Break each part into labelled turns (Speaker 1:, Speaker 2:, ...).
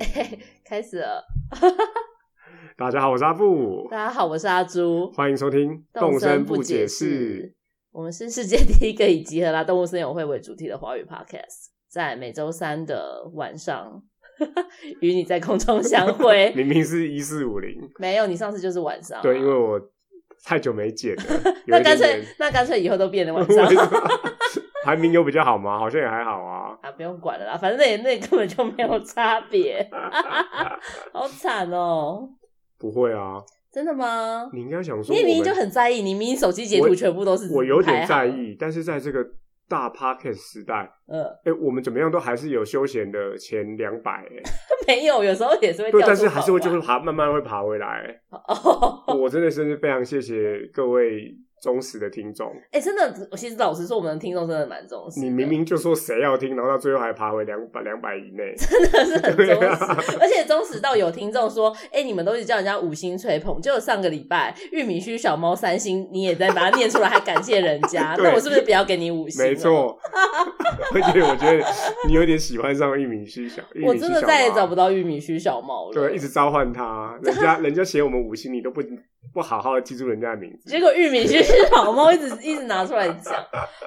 Speaker 1: OK，开始了。
Speaker 2: 大家好，我是阿布，
Speaker 1: 大家好，我是阿朱，
Speaker 2: 欢迎收听《 动
Speaker 1: 身
Speaker 2: 身不解释》。。
Speaker 1: 我们是世界第一个以集合啦 动物森友会为主题的华语 Podcast，在每周三的晚上 与你在空中相 会。
Speaker 2: 明明是一四五 零，
Speaker 1: 没有，你上次就是晚上啊、
Speaker 2: 对，因为我太久 没剪了，有
Speaker 1: 那
Speaker 2: 一
Speaker 1: 干
Speaker 2: 点
Speaker 1: 脆
Speaker 2: 点。
Speaker 1: 那干脆以后都变成晚
Speaker 2: 为
Speaker 1: 上
Speaker 2: 什么排名有比较好吗？好像也还好啊。
Speaker 1: 啊，不用管了啦，反正那那根本就没有差别， 好惨哦！
Speaker 2: 不会啊，
Speaker 1: 真的吗？
Speaker 2: 你应该想说
Speaker 1: 你
Speaker 2: 我们，
Speaker 1: 明明就很在意，你明明手机截图
Speaker 2: 我
Speaker 1: 全部都是
Speaker 2: 我有
Speaker 1: 排
Speaker 2: 点
Speaker 1: 好
Speaker 2: 在，意，但是在这个大 pocket 时代，
Speaker 1: 嗯。
Speaker 2: 哎、我们怎么样都还是有休闲的前两百、欸，
Speaker 1: 没有，有时候也是会掉
Speaker 2: 对，
Speaker 1: 出
Speaker 2: 但是还是会就
Speaker 1: 好玩
Speaker 2: 会爬，慢慢会爬回来、欸
Speaker 1: 哦，
Speaker 2: 我真的是非常谢谢各位忠实的听众。
Speaker 1: 哎、真的，其实老实说，我们的听众真的蛮忠实的，
Speaker 2: 你明明就说谁要听，然后到最后还爬回两百两百以内，
Speaker 1: 真的是很忠
Speaker 2: 对
Speaker 1: 实，
Speaker 2: 啊
Speaker 1: 而且忠实到有听众说，哎、你们都一直叫人家五星吹捧，结果上个礼拜玉米须小猫三星，你也在把它念出来，还感谢人 家，
Speaker 2: 对
Speaker 1: 那我是不是不要给你五星？
Speaker 2: 没，错。 而且我觉得你有点喜欢上玉米须小，玉米须小
Speaker 1: 我真的再也找不
Speaker 2: 到，
Speaker 1: 到玉米须小猫了，
Speaker 2: 对，一直召唤他，人家人家写我们五星，你都不不好好地记住人家的名字，
Speaker 1: 结果玉米须小猫一直一直拿出来讲。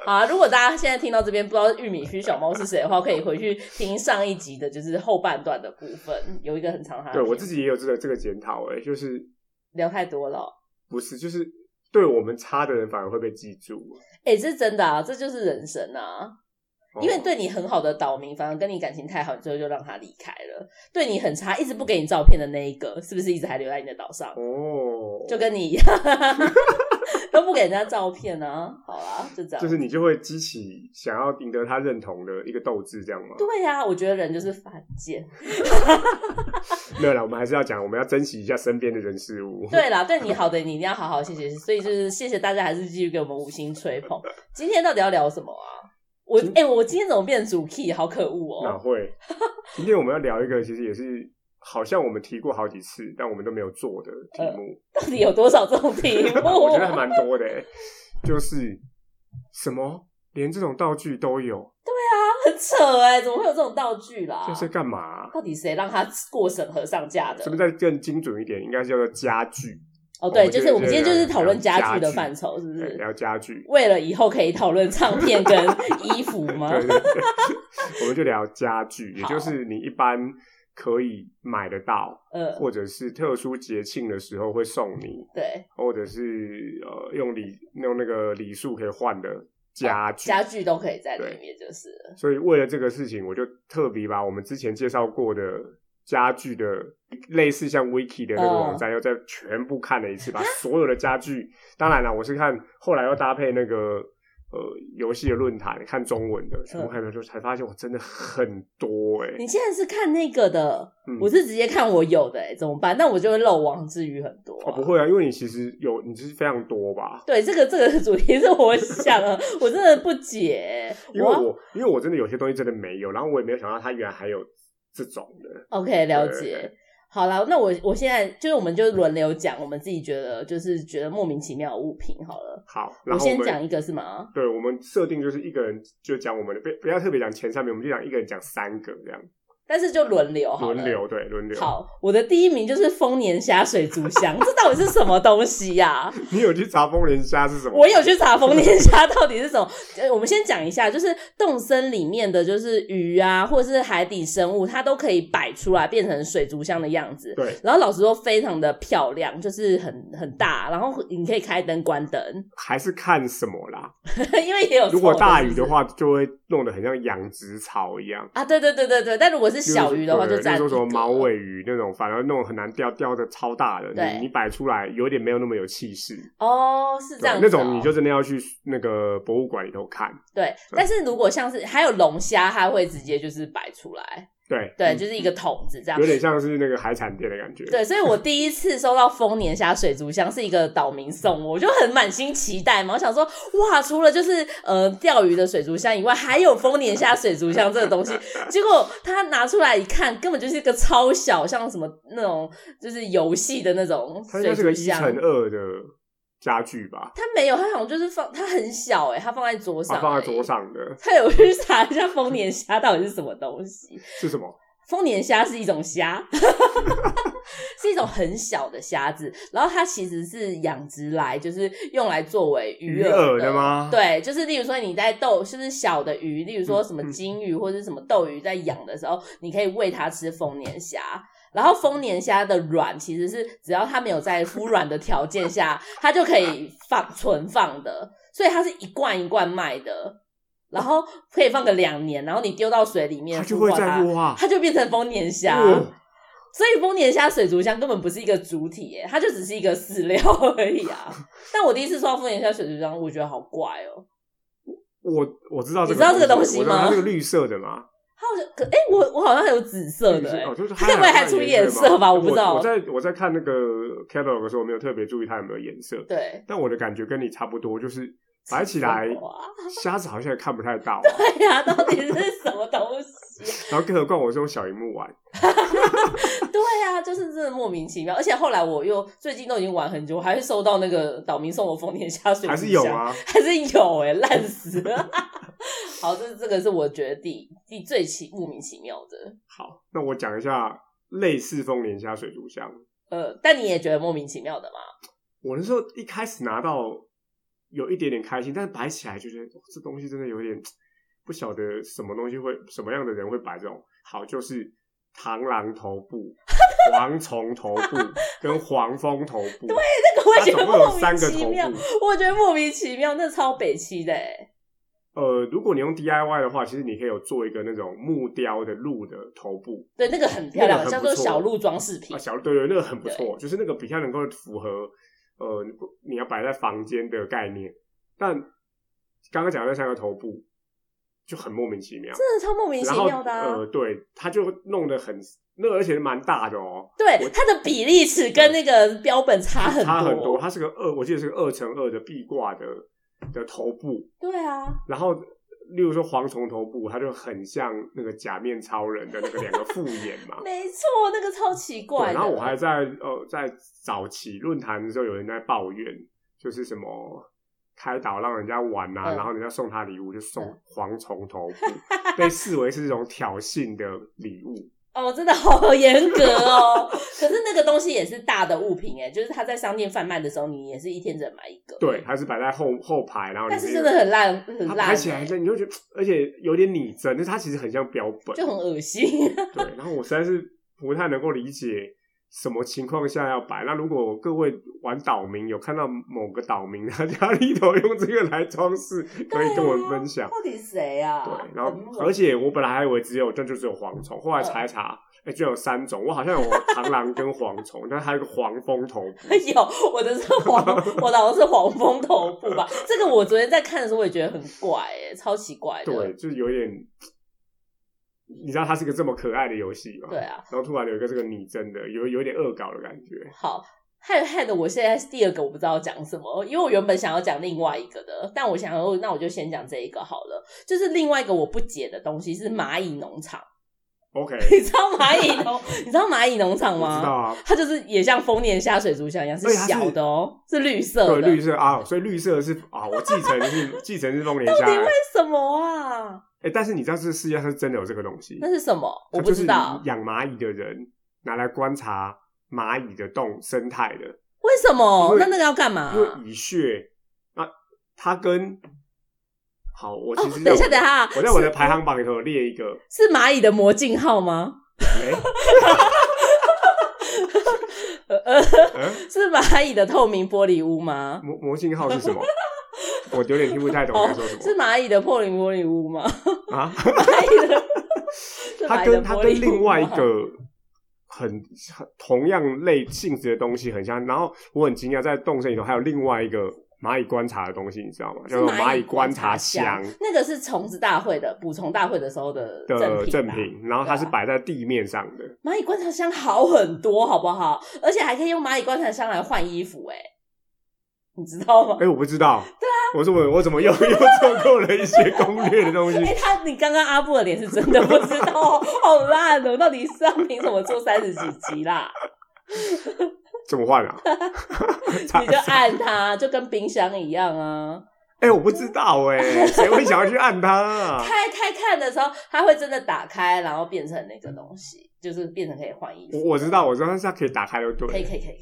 Speaker 1: 好、啊，如果大家现在听到这边不知道玉米须小猫是谁的话，可以回去听上一集的，就是后半段的部分，有一个很长的。
Speaker 2: 对我自己也有这个这个检讨，哎，就是
Speaker 1: 聊太多了。
Speaker 2: 不是就是对我们差的人反而会被记住，
Speaker 1: 哎、这是真的啊，这就是人生啊！
Speaker 2: 哦
Speaker 1: 因为对你很好的岛民，反而跟你感情太好，你最后就让他离开了；对你很差，一直不给你照片的那一个，是不是一直还留在你的岛上？
Speaker 2: 哦，
Speaker 1: 就跟你一样， 都不给人家照片啊！好啦，就这样。
Speaker 2: 就是你就会激起想要赢得他认同的一个斗志，这样吗？
Speaker 1: 对呀、啊，我觉得人就是犯贱。
Speaker 2: 没有啦，我们还是要讲，我们要珍惜一下身边的人事物。
Speaker 1: 对啦，对你好的你一定要好好谢谢，所以就是谢谢大家，还是继续给我们五星吹捧。今天到底要聊什么啊？我哎、我今天怎么变主 key？好可恶
Speaker 2: 哪
Speaker 1: 哦！
Speaker 2: 会？今天我们要聊一个，其实也是好像我们提过好几次，但我们都没有做的题目。
Speaker 1: 到底有多少这种题目？
Speaker 2: 我觉得还蛮多的、欸，就是什么连这种道具都有，
Speaker 1: 很扯哎、怎么会有这种道具啦？
Speaker 2: 这是干嘛、啊
Speaker 1: 到底谁让他过审核上架的
Speaker 2: 是？不是再更精准一点，应该叫做家具？
Speaker 1: 哦，对，
Speaker 2: 我
Speaker 1: 就
Speaker 2: 觉得
Speaker 1: 是我们今天就是
Speaker 2: 这个
Speaker 1: 讨论家具的
Speaker 2: 家具
Speaker 1: 范畴，是不
Speaker 2: 对，
Speaker 1: 是？
Speaker 2: 哎聊家具。
Speaker 1: 为了以后可以讨论唱片跟衣服吗？
Speaker 2: 对对对，我们就聊家具，也就是你一般可以买得到，
Speaker 1: 呃，
Speaker 2: 或者是特殊节庆的时候会送你，
Speaker 1: 对，
Speaker 2: 或者是呃用礼用那个礼数可以换的家具。
Speaker 1: 哦家具都可以在里
Speaker 2: 对
Speaker 1: 面，就是了
Speaker 2: 所以为了这个事情，我就特别把我们之前介绍过的家具的类似像 Wiki 的那个
Speaker 1: 嗯
Speaker 2: 网站，又再全部看了一次，把所有的家具，当然了，我是看后来又搭配那个呃游戏的论坛看中文的，
Speaker 1: 嗯
Speaker 2: 全部看了之后才发现，我真的很多哎、
Speaker 1: 你现在是看那个的，
Speaker 2: 嗯
Speaker 1: 我是直接看我有的、欸，怎么办？那我就会漏网之鱼很多、
Speaker 2: 哦，不。会啊，因为你其实有，你就是非常多吧？
Speaker 1: 对，这个这个主题是我想啊，我真的不解、欸
Speaker 2: 因为我因为我真的有些东西真的没有，然后我也没有想到它原来还有这种的。
Speaker 1: OK，了
Speaker 2: 对
Speaker 1: 解。好了，那我我现在就是我们就轮流讲我们自己觉得就是觉得莫名其妙的物品好了。
Speaker 2: 好，
Speaker 1: 我
Speaker 2: 然后我
Speaker 1: 先
Speaker 2: 们
Speaker 1: 讲一个是吗？
Speaker 2: 对，我们设定就是一个人就讲我们的，不不要特别讲前三名，我们就讲一个人讲三个这样
Speaker 1: 但是就轮流哦好了。
Speaker 2: 轮流，对轮流。
Speaker 1: 好，我的第一名就是丰年虾水族箱，这到底是什么东西呀、
Speaker 2: 你有去查风莲虾是什么？
Speaker 1: 我有去查丰年虾到底是什么。 呃，我们先讲一下，就是动森里面的就是鱼啊，或者是海底生物，它都可以摆出来变成水族箱的样子。
Speaker 2: 对，
Speaker 1: 然后老实说，非常的漂亮，就是很很大，然后你可以开灯 关灯，
Speaker 2: 还是看什么啦？
Speaker 1: 因为也有
Speaker 2: 如果
Speaker 1: 臭
Speaker 2: 大
Speaker 1: 呃是不
Speaker 2: 鱼的
Speaker 1: 是
Speaker 2: 话，就会弄得很像养殖槽一样。
Speaker 1: 啊，对对对对对，但如果是小鱼的话，
Speaker 2: 对
Speaker 1: 就占
Speaker 2: 例如说什么
Speaker 1: 一格
Speaker 2: 毛尾鱼那种，反而弄得很难钓，钓的超大的，
Speaker 1: 对
Speaker 2: 你你摆出来有点没有那么有气势。
Speaker 1: 哦，是这样
Speaker 2: 对
Speaker 1: 子哦、
Speaker 2: 那种你就真的要去那个博物馆里头看。
Speaker 1: 对，但是如果像是还有龙虾，它会直接就是摆出来，
Speaker 2: 对
Speaker 1: 对，
Speaker 2: 嗯
Speaker 1: 就是一个桶子这样
Speaker 2: 有。点像是那个海产店的感觉。
Speaker 1: 对，所以我第一次收到丰年虾水族箱是一个岛民送我，我就很满心期待嘛。我想说，哇，除了就是呃钓鱼的水族箱以外，还有丰年虾水族箱这个东西。结果他拿出来一看，根本就是一个超小，像什么那种就是游戏的那种
Speaker 2: 它应该
Speaker 1: 水
Speaker 2: 是个
Speaker 1: 族
Speaker 2: 一
Speaker 1: 箱。
Speaker 2: 乘二的家具吧，
Speaker 1: 它没有，它好像就是放，它很小哎、欸，它放在桌上、
Speaker 2: 啊它放在桌。上的
Speaker 1: 他有去查一下丰年虾到底是什么东西，
Speaker 2: 是什么？
Speaker 1: 丰年虾是一种虾， 是一种很小的虾子，然后它其实是养殖来，就是用来作为
Speaker 2: 鱼
Speaker 1: 饵
Speaker 2: 饵的？吗？
Speaker 1: 对，就是例如说你在斗，就是小的鱼，例如说什么
Speaker 2: 嗯嗯
Speaker 1: 金鱼或者是什么斗鱼，在养的时候，你可以喂它吃丰年虾。然后丰年虾的卵其实是只要它没有在孵卵的条件下，它就可以放存放的，所以它是一罐一罐卖的，然后可以放个两年，然后你丢到水里面
Speaker 2: 它就
Speaker 1: 孵
Speaker 2: 会
Speaker 1: 化
Speaker 2: 在
Speaker 1: 它
Speaker 2: 孵化。
Speaker 1: 它就变成丰年虾。
Speaker 2: 哦
Speaker 1: 所以丰年虾水族箱根本不是一个主体耶，它就只是一个饲料而已 啊。但我第一次吃到丰年虾水族箱，我觉得好怪哦、
Speaker 2: 我我知道这个，
Speaker 1: 你知道这个东西
Speaker 2: 我知道
Speaker 1: 吗
Speaker 2: 它是个绿色的嘛？
Speaker 1: 它好像可哎、我我好像还有紫色的、
Speaker 2: 绿
Speaker 1: 欸，
Speaker 2: 色哦，就是
Speaker 1: 它会不会还出颜色吧？
Speaker 2: 我
Speaker 1: 不知道
Speaker 2: 我。在我在看那个 catalog 的时候，没有特别注意它有没有颜色，
Speaker 1: 对，
Speaker 2: 但我的感觉跟你差不多，就是摆起来
Speaker 1: 什么啊
Speaker 2: 虾子好像也看不太到啊、
Speaker 1: 对呀、到底是什么东西？啊
Speaker 2: 然后更何况我是用小荧幕玩，
Speaker 1: 对呀、就是真的莫名其妙。而且后来我又最近都已经玩很久，我还会收到那个岛民送我丰年虾水族箱，
Speaker 2: 还是有啊。
Speaker 1: 还是有哎、烂死了。 好，这这个是我觉得第第最奇莫名其妙的，
Speaker 2: 好，那我讲一下类似丰年虾水族箱。
Speaker 1: 呃，但你也觉得莫名其妙的嘛？
Speaker 2: 我那时候一开始拿到有一点点开心，但是摆起来就觉得、哦这东西真的有点不晓得什么东西会什么样的人会摆这种。好，就是螳螂头部、蝗虫头部跟黄蜂头 部，对，
Speaker 1: 那个我
Speaker 2: 它
Speaker 1: 觉得
Speaker 2: 总共有
Speaker 1: 莫
Speaker 2: 三
Speaker 1: 名
Speaker 2: 个
Speaker 1: 其
Speaker 2: 头
Speaker 1: 妙，
Speaker 2: 部。
Speaker 1: 我觉得莫名其妙，那超北七的哎、
Speaker 2: 呃，如果你用 DIY 的话，其实你可以有做一个那种木雕的鹿的头部
Speaker 1: 对，那个很漂亮，
Speaker 2: 那个
Speaker 1: 叫
Speaker 2: 很不
Speaker 1: 做
Speaker 2: 错
Speaker 1: 小鹿装饰品
Speaker 2: 啊，。小对对，那个很不错，就是那个比较能够符合呃你不你要摆在房间的概念。但刚刚讲的那三个头部就很莫名其妙，
Speaker 1: 真的超莫名其
Speaker 2: 然后
Speaker 1: 妙的、啊
Speaker 2: 呃，对，他就弄得很那，而且蛮大的哦，
Speaker 1: 对，它的比例尺跟那个标本差很
Speaker 2: 差很多。它是个二，我记得是个二乘二的壁挂的的头部，
Speaker 1: 对啊，。
Speaker 2: 然后例如说蝗虫头部，它就很像那个假面超人的那个两个复眼嘛
Speaker 1: 没错，那个超奇怪
Speaker 2: 啊
Speaker 1: 的。
Speaker 2: 对，然后我还在呃在早期论坛的时候，有人在抱怨，就是什么开导让人家玩啊，
Speaker 1: 嗯
Speaker 2: 然后人家送他礼物就送
Speaker 1: 嗯
Speaker 2: 蝗虫头 部，被视为是一种挑衅的礼物。
Speaker 1: 哦，真的好严格哦。可是那个东西也是大的物品哎，就是他在商店贩卖的时候，你也是一天只能买一个。，
Speaker 2: 对，还是摆在后后排，然后你
Speaker 1: 但是真的很烂，很
Speaker 2: 它
Speaker 1: 烂欸
Speaker 2: 摆起来，你就觉得，而且有点拟真，但是它其实很像标本。
Speaker 1: 就很恶心。
Speaker 2: 对，然后我实在是不太能够理解什么情况下要摆。那如果各位玩岛民有看到某个岛民他家里头用这个来装饰，可以跟我们分享。
Speaker 1: 到底谁啊？
Speaker 2: 对，然后
Speaker 1: 很猛
Speaker 2: 而且我本来还以为只有这就只有蝗虫，
Speaker 1: 嗯
Speaker 2: 后来查一查，哎、居然有三种。我好像有螳螂跟蝗虫，但还有一个黄蜂头部。
Speaker 1: 哎有我的是黄，我的好像是黄蜂头部吧。这个我昨天在看的时候，我也觉得很怪哎，超奇怪的。
Speaker 2: 对，就是有点，你知道它是个这么可爱的游戏吗？
Speaker 1: 对啊，
Speaker 2: 然后突然有一个这个拟真的，有有点恶搞的感觉。
Speaker 1: 好。害害的，我现在第二个我不知道讲什么，因为我原本想要讲另外一个的，但我想要那我就先讲这一个好了。就是另外一个我不解的东西是蚂蚁农场，
Speaker 2: OK，
Speaker 1: 你知道蚂蚁农，你知道蚂蚁农场
Speaker 2: 我知道
Speaker 1: 吗？
Speaker 2: 啊，
Speaker 1: 它就是也像丰年虾水族箱一样，是
Speaker 2: 对它是
Speaker 1: 小的哦，是绿色
Speaker 2: 对，
Speaker 1: 的。
Speaker 2: 绿色啊，所以绿色是啊，我继承是 继承是丰年虾。
Speaker 1: 到底为什么啊？
Speaker 2: 哎，但是你知道这世界上是真的有这个东西
Speaker 1: 那，是什么？ 我
Speaker 2: 它
Speaker 1: 不
Speaker 2: 就
Speaker 1: 知
Speaker 2: 是
Speaker 1: 道
Speaker 2: 养蚂蚁的人拿来观察蚂蚁的动生态的，
Speaker 1: 为什么。
Speaker 2: 因为
Speaker 1: 那那个要干嘛？
Speaker 2: 因为蚁穴啊，它跟好，我
Speaker 1: 哦
Speaker 2: 其实，在
Speaker 1: 等一下，
Speaker 2: 我
Speaker 1: 等一下，
Speaker 2: 我在我的排行榜里头有列一个，
Speaker 1: 是是蚂蚁的魔镜号吗？
Speaker 2: 哎，
Speaker 1: 呃呃，
Speaker 2: 嗯
Speaker 1: 是蚂蚁的透明玻璃屋吗？
Speaker 2: 魔魔镜号是什么？我有点听不太懂你在说什么
Speaker 1: 哦 是蚂蚁的透明玻璃屋吗？
Speaker 2: 啊。
Speaker 1: 蚂蚁的， 是
Speaker 2: 它
Speaker 1: 蚂蚁的
Speaker 2: 跟它
Speaker 1: 玻
Speaker 2: 跟
Speaker 1: 璃
Speaker 2: 另
Speaker 1: 屋
Speaker 2: 外一
Speaker 1: 吗
Speaker 2: 个很很同样类性质的东西很像，然后我很惊讶，在动森里头还有另外一个蚂蚁观察的东西，你知道吗？
Speaker 1: 是
Speaker 2: 叫做
Speaker 1: 蚂
Speaker 2: 蚁观察箱
Speaker 1: 那个是虫子大会的捕虫大会的时候的
Speaker 2: 的
Speaker 1: 赠
Speaker 2: 赠
Speaker 1: 吧啊
Speaker 2: 品，然后它是摆在地面上的，
Speaker 1: 蚂蚁观察箱好很多，好不好？而且还可以用蚂蚁观察箱来换衣服、欸，你知道吗？
Speaker 2: 哎，我不 知道，对啊，我怎么我怎么又又错过了一些攻略的东西
Speaker 1: 哎、？他你刚刚阿布的脸是真的不知道 哦，好烂哦！到底是要凭什么做三十几集啦？
Speaker 2: 怎么换啊？差
Speaker 1: 你就按它，就跟冰箱一样啊。
Speaker 2: 哎、我不知道哎、 谁会想要去按它啊？
Speaker 1: 开开看的时候，它会真的打开，然后变成那个东西，就是变成可以换衣
Speaker 2: 我
Speaker 1: 服。
Speaker 2: 我知道，我知道，但是它可以打开就
Speaker 1: 可以
Speaker 2: 对了。
Speaker 1: 可以可以可以。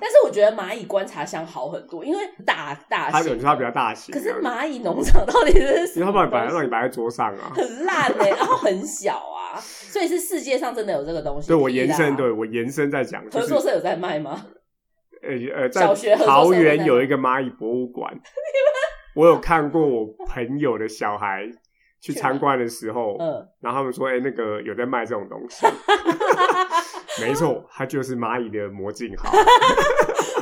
Speaker 1: 但是我觉得蚂蚁观察箱好很多，因为大大
Speaker 2: 它有
Speaker 1: 型
Speaker 2: 时候它比较大型，
Speaker 1: 可是
Speaker 2: 这样子
Speaker 1: 蚂蚁农场到底是什
Speaker 2: 因
Speaker 1: 么
Speaker 2: 为它把你摆
Speaker 1: 东西
Speaker 2: 让你摆在桌上啊。
Speaker 1: 很烂哎、然后很小啊，所以是世界上真的有这个东西。
Speaker 2: 对我延
Speaker 1: 屁
Speaker 2: 伸，
Speaker 1: 啦
Speaker 2: 对我延伸在讲，就
Speaker 1: 啊合
Speaker 2: 是
Speaker 1: 作社有在卖吗？
Speaker 2: 呃呃，
Speaker 1: 小学
Speaker 2: 在
Speaker 1: 合作社有
Speaker 2: 桃
Speaker 1: 在
Speaker 2: 园
Speaker 1: 卖
Speaker 2: 有一个蚂蚁博物 馆，我有看过我朋友的小孩去
Speaker 1: 去
Speaker 2: 参
Speaker 1: 哪
Speaker 2: 观的时候，
Speaker 1: 嗯，
Speaker 2: 然后他们说，哎、那个有在卖这种东 西，没错，它就是蚂蚁的魔 镜号。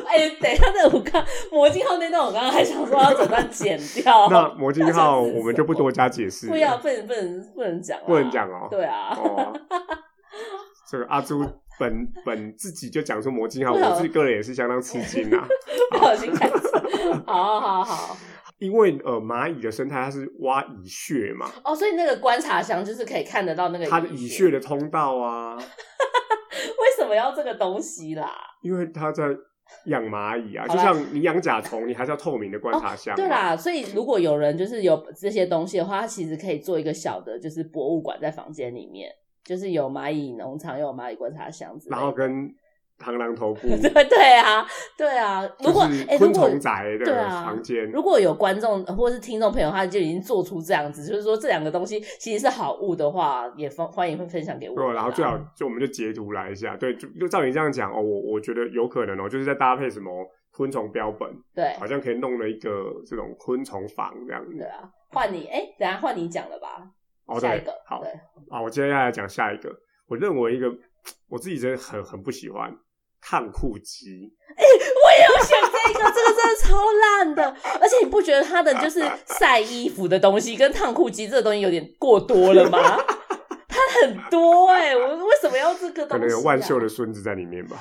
Speaker 1: 哎、等一下，那我刚魔镜号那段，我刚刚还想说要怎么剪掉，
Speaker 2: 那魔镜号
Speaker 1: 它就是
Speaker 2: 我们就不多加解释，
Speaker 1: 不要，不能不能不能讲啊，
Speaker 2: 不能讲哦。
Speaker 1: 对啊，
Speaker 2: 哦，这个阿朱本本自己就讲说魔镜号，
Speaker 1: 对啊
Speaker 2: 我自己个人也是相当吃惊啊，
Speaker 1: 不小心开始，好好好，
Speaker 2: 因为呃蚂蚁的生态它是挖蚁穴嘛，
Speaker 1: 哦，所以那个观察箱就是可以看得到那个
Speaker 2: 它的蚁穴，的通道啊，
Speaker 1: 为什么要这个东西啦？
Speaker 2: 因为它在。养蚂蚁啊，
Speaker 1: 好
Speaker 2: 就
Speaker 1: 啦哦
Speaker 2: 像你养甲虫，你还是要透明的观察箱、啊
Speaker 1: 对，啦，所以如果有人就是有这些东西的话，他其实可以做一个小的，就是博物馆在房间里面，就是有蚂蚁农场，又有蚂蚁观察箱子。
Speaker 2: 然后跟螳螂头菇
Speaker 1: 对对啊，对啊，如果
Speaker 2: 就是
Speaker 1: 哎、如
Speaker 2: 昆
Speaker 1: 果
Speaker 2: 虫宅
Speaker 1: 对
Speaker 2: 的
Speaker 1: 啊
Speaker 2: 房间，
Speaker 1: 如果有观众或是听众朋友，他就已经做出这样子，就是说这两个东西其实是好物的话，也欢欢迎会分享给我们
Speaker 2: 对，
Speaker 1: 啦。
Speaker 2: 然后最好
Speaker 1: 啊
Speaker 2: 就我们就截图来一下，对，就就照你这样讲哦，我我觉得有可能哦，就是在搭配什么昆虫标本，
Speaker 1: 对
Speaker 2: 好像可以弄了一个这种昆虫房这样
Speaker 1: 对
Speaker 2: 子。
Speaker 1: 啊，换你哎、等一下换你讲了吧，
Speaker 2: 哦，
Speaker 1: 下一
Speaker 2: 对
Speaker 1: 个，
Speaker 2: 好
Speaker 1: 对
Speaker 2: 啊，我接下来讲下一个，我认为一个我自己真的很很不喜欢烫裤机，
Speaker 1: 我也有选这个，这个真的超烂的，而且你不觉得它的就是晒衣服的东西跟烫裤机这个东西有点过多了吗？它很多哎、我为什么要这个
Speaker 2: 可
Speaker 1: 东西、啊？
Speaker 2: 能有万秀的孙子在里面吧。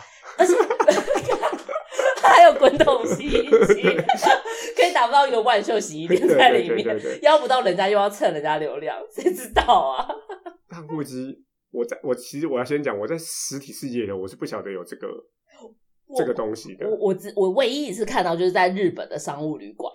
Speaker 1: 它 还有滚筒洗衣机，可以打不到一个万秀洗衣店在里面，
Speaker 2: 对对对对对
Speaker 1: 要不到人家又要蹭人家流量，谁知道啊？
Speaker 2: 烫裤机，我在我其实我要先讲，我在实体世界里我是不晓得有这个这个东西的
Speaker 1: 我。我只我唯一一次看到就是在日本的商务旅馆，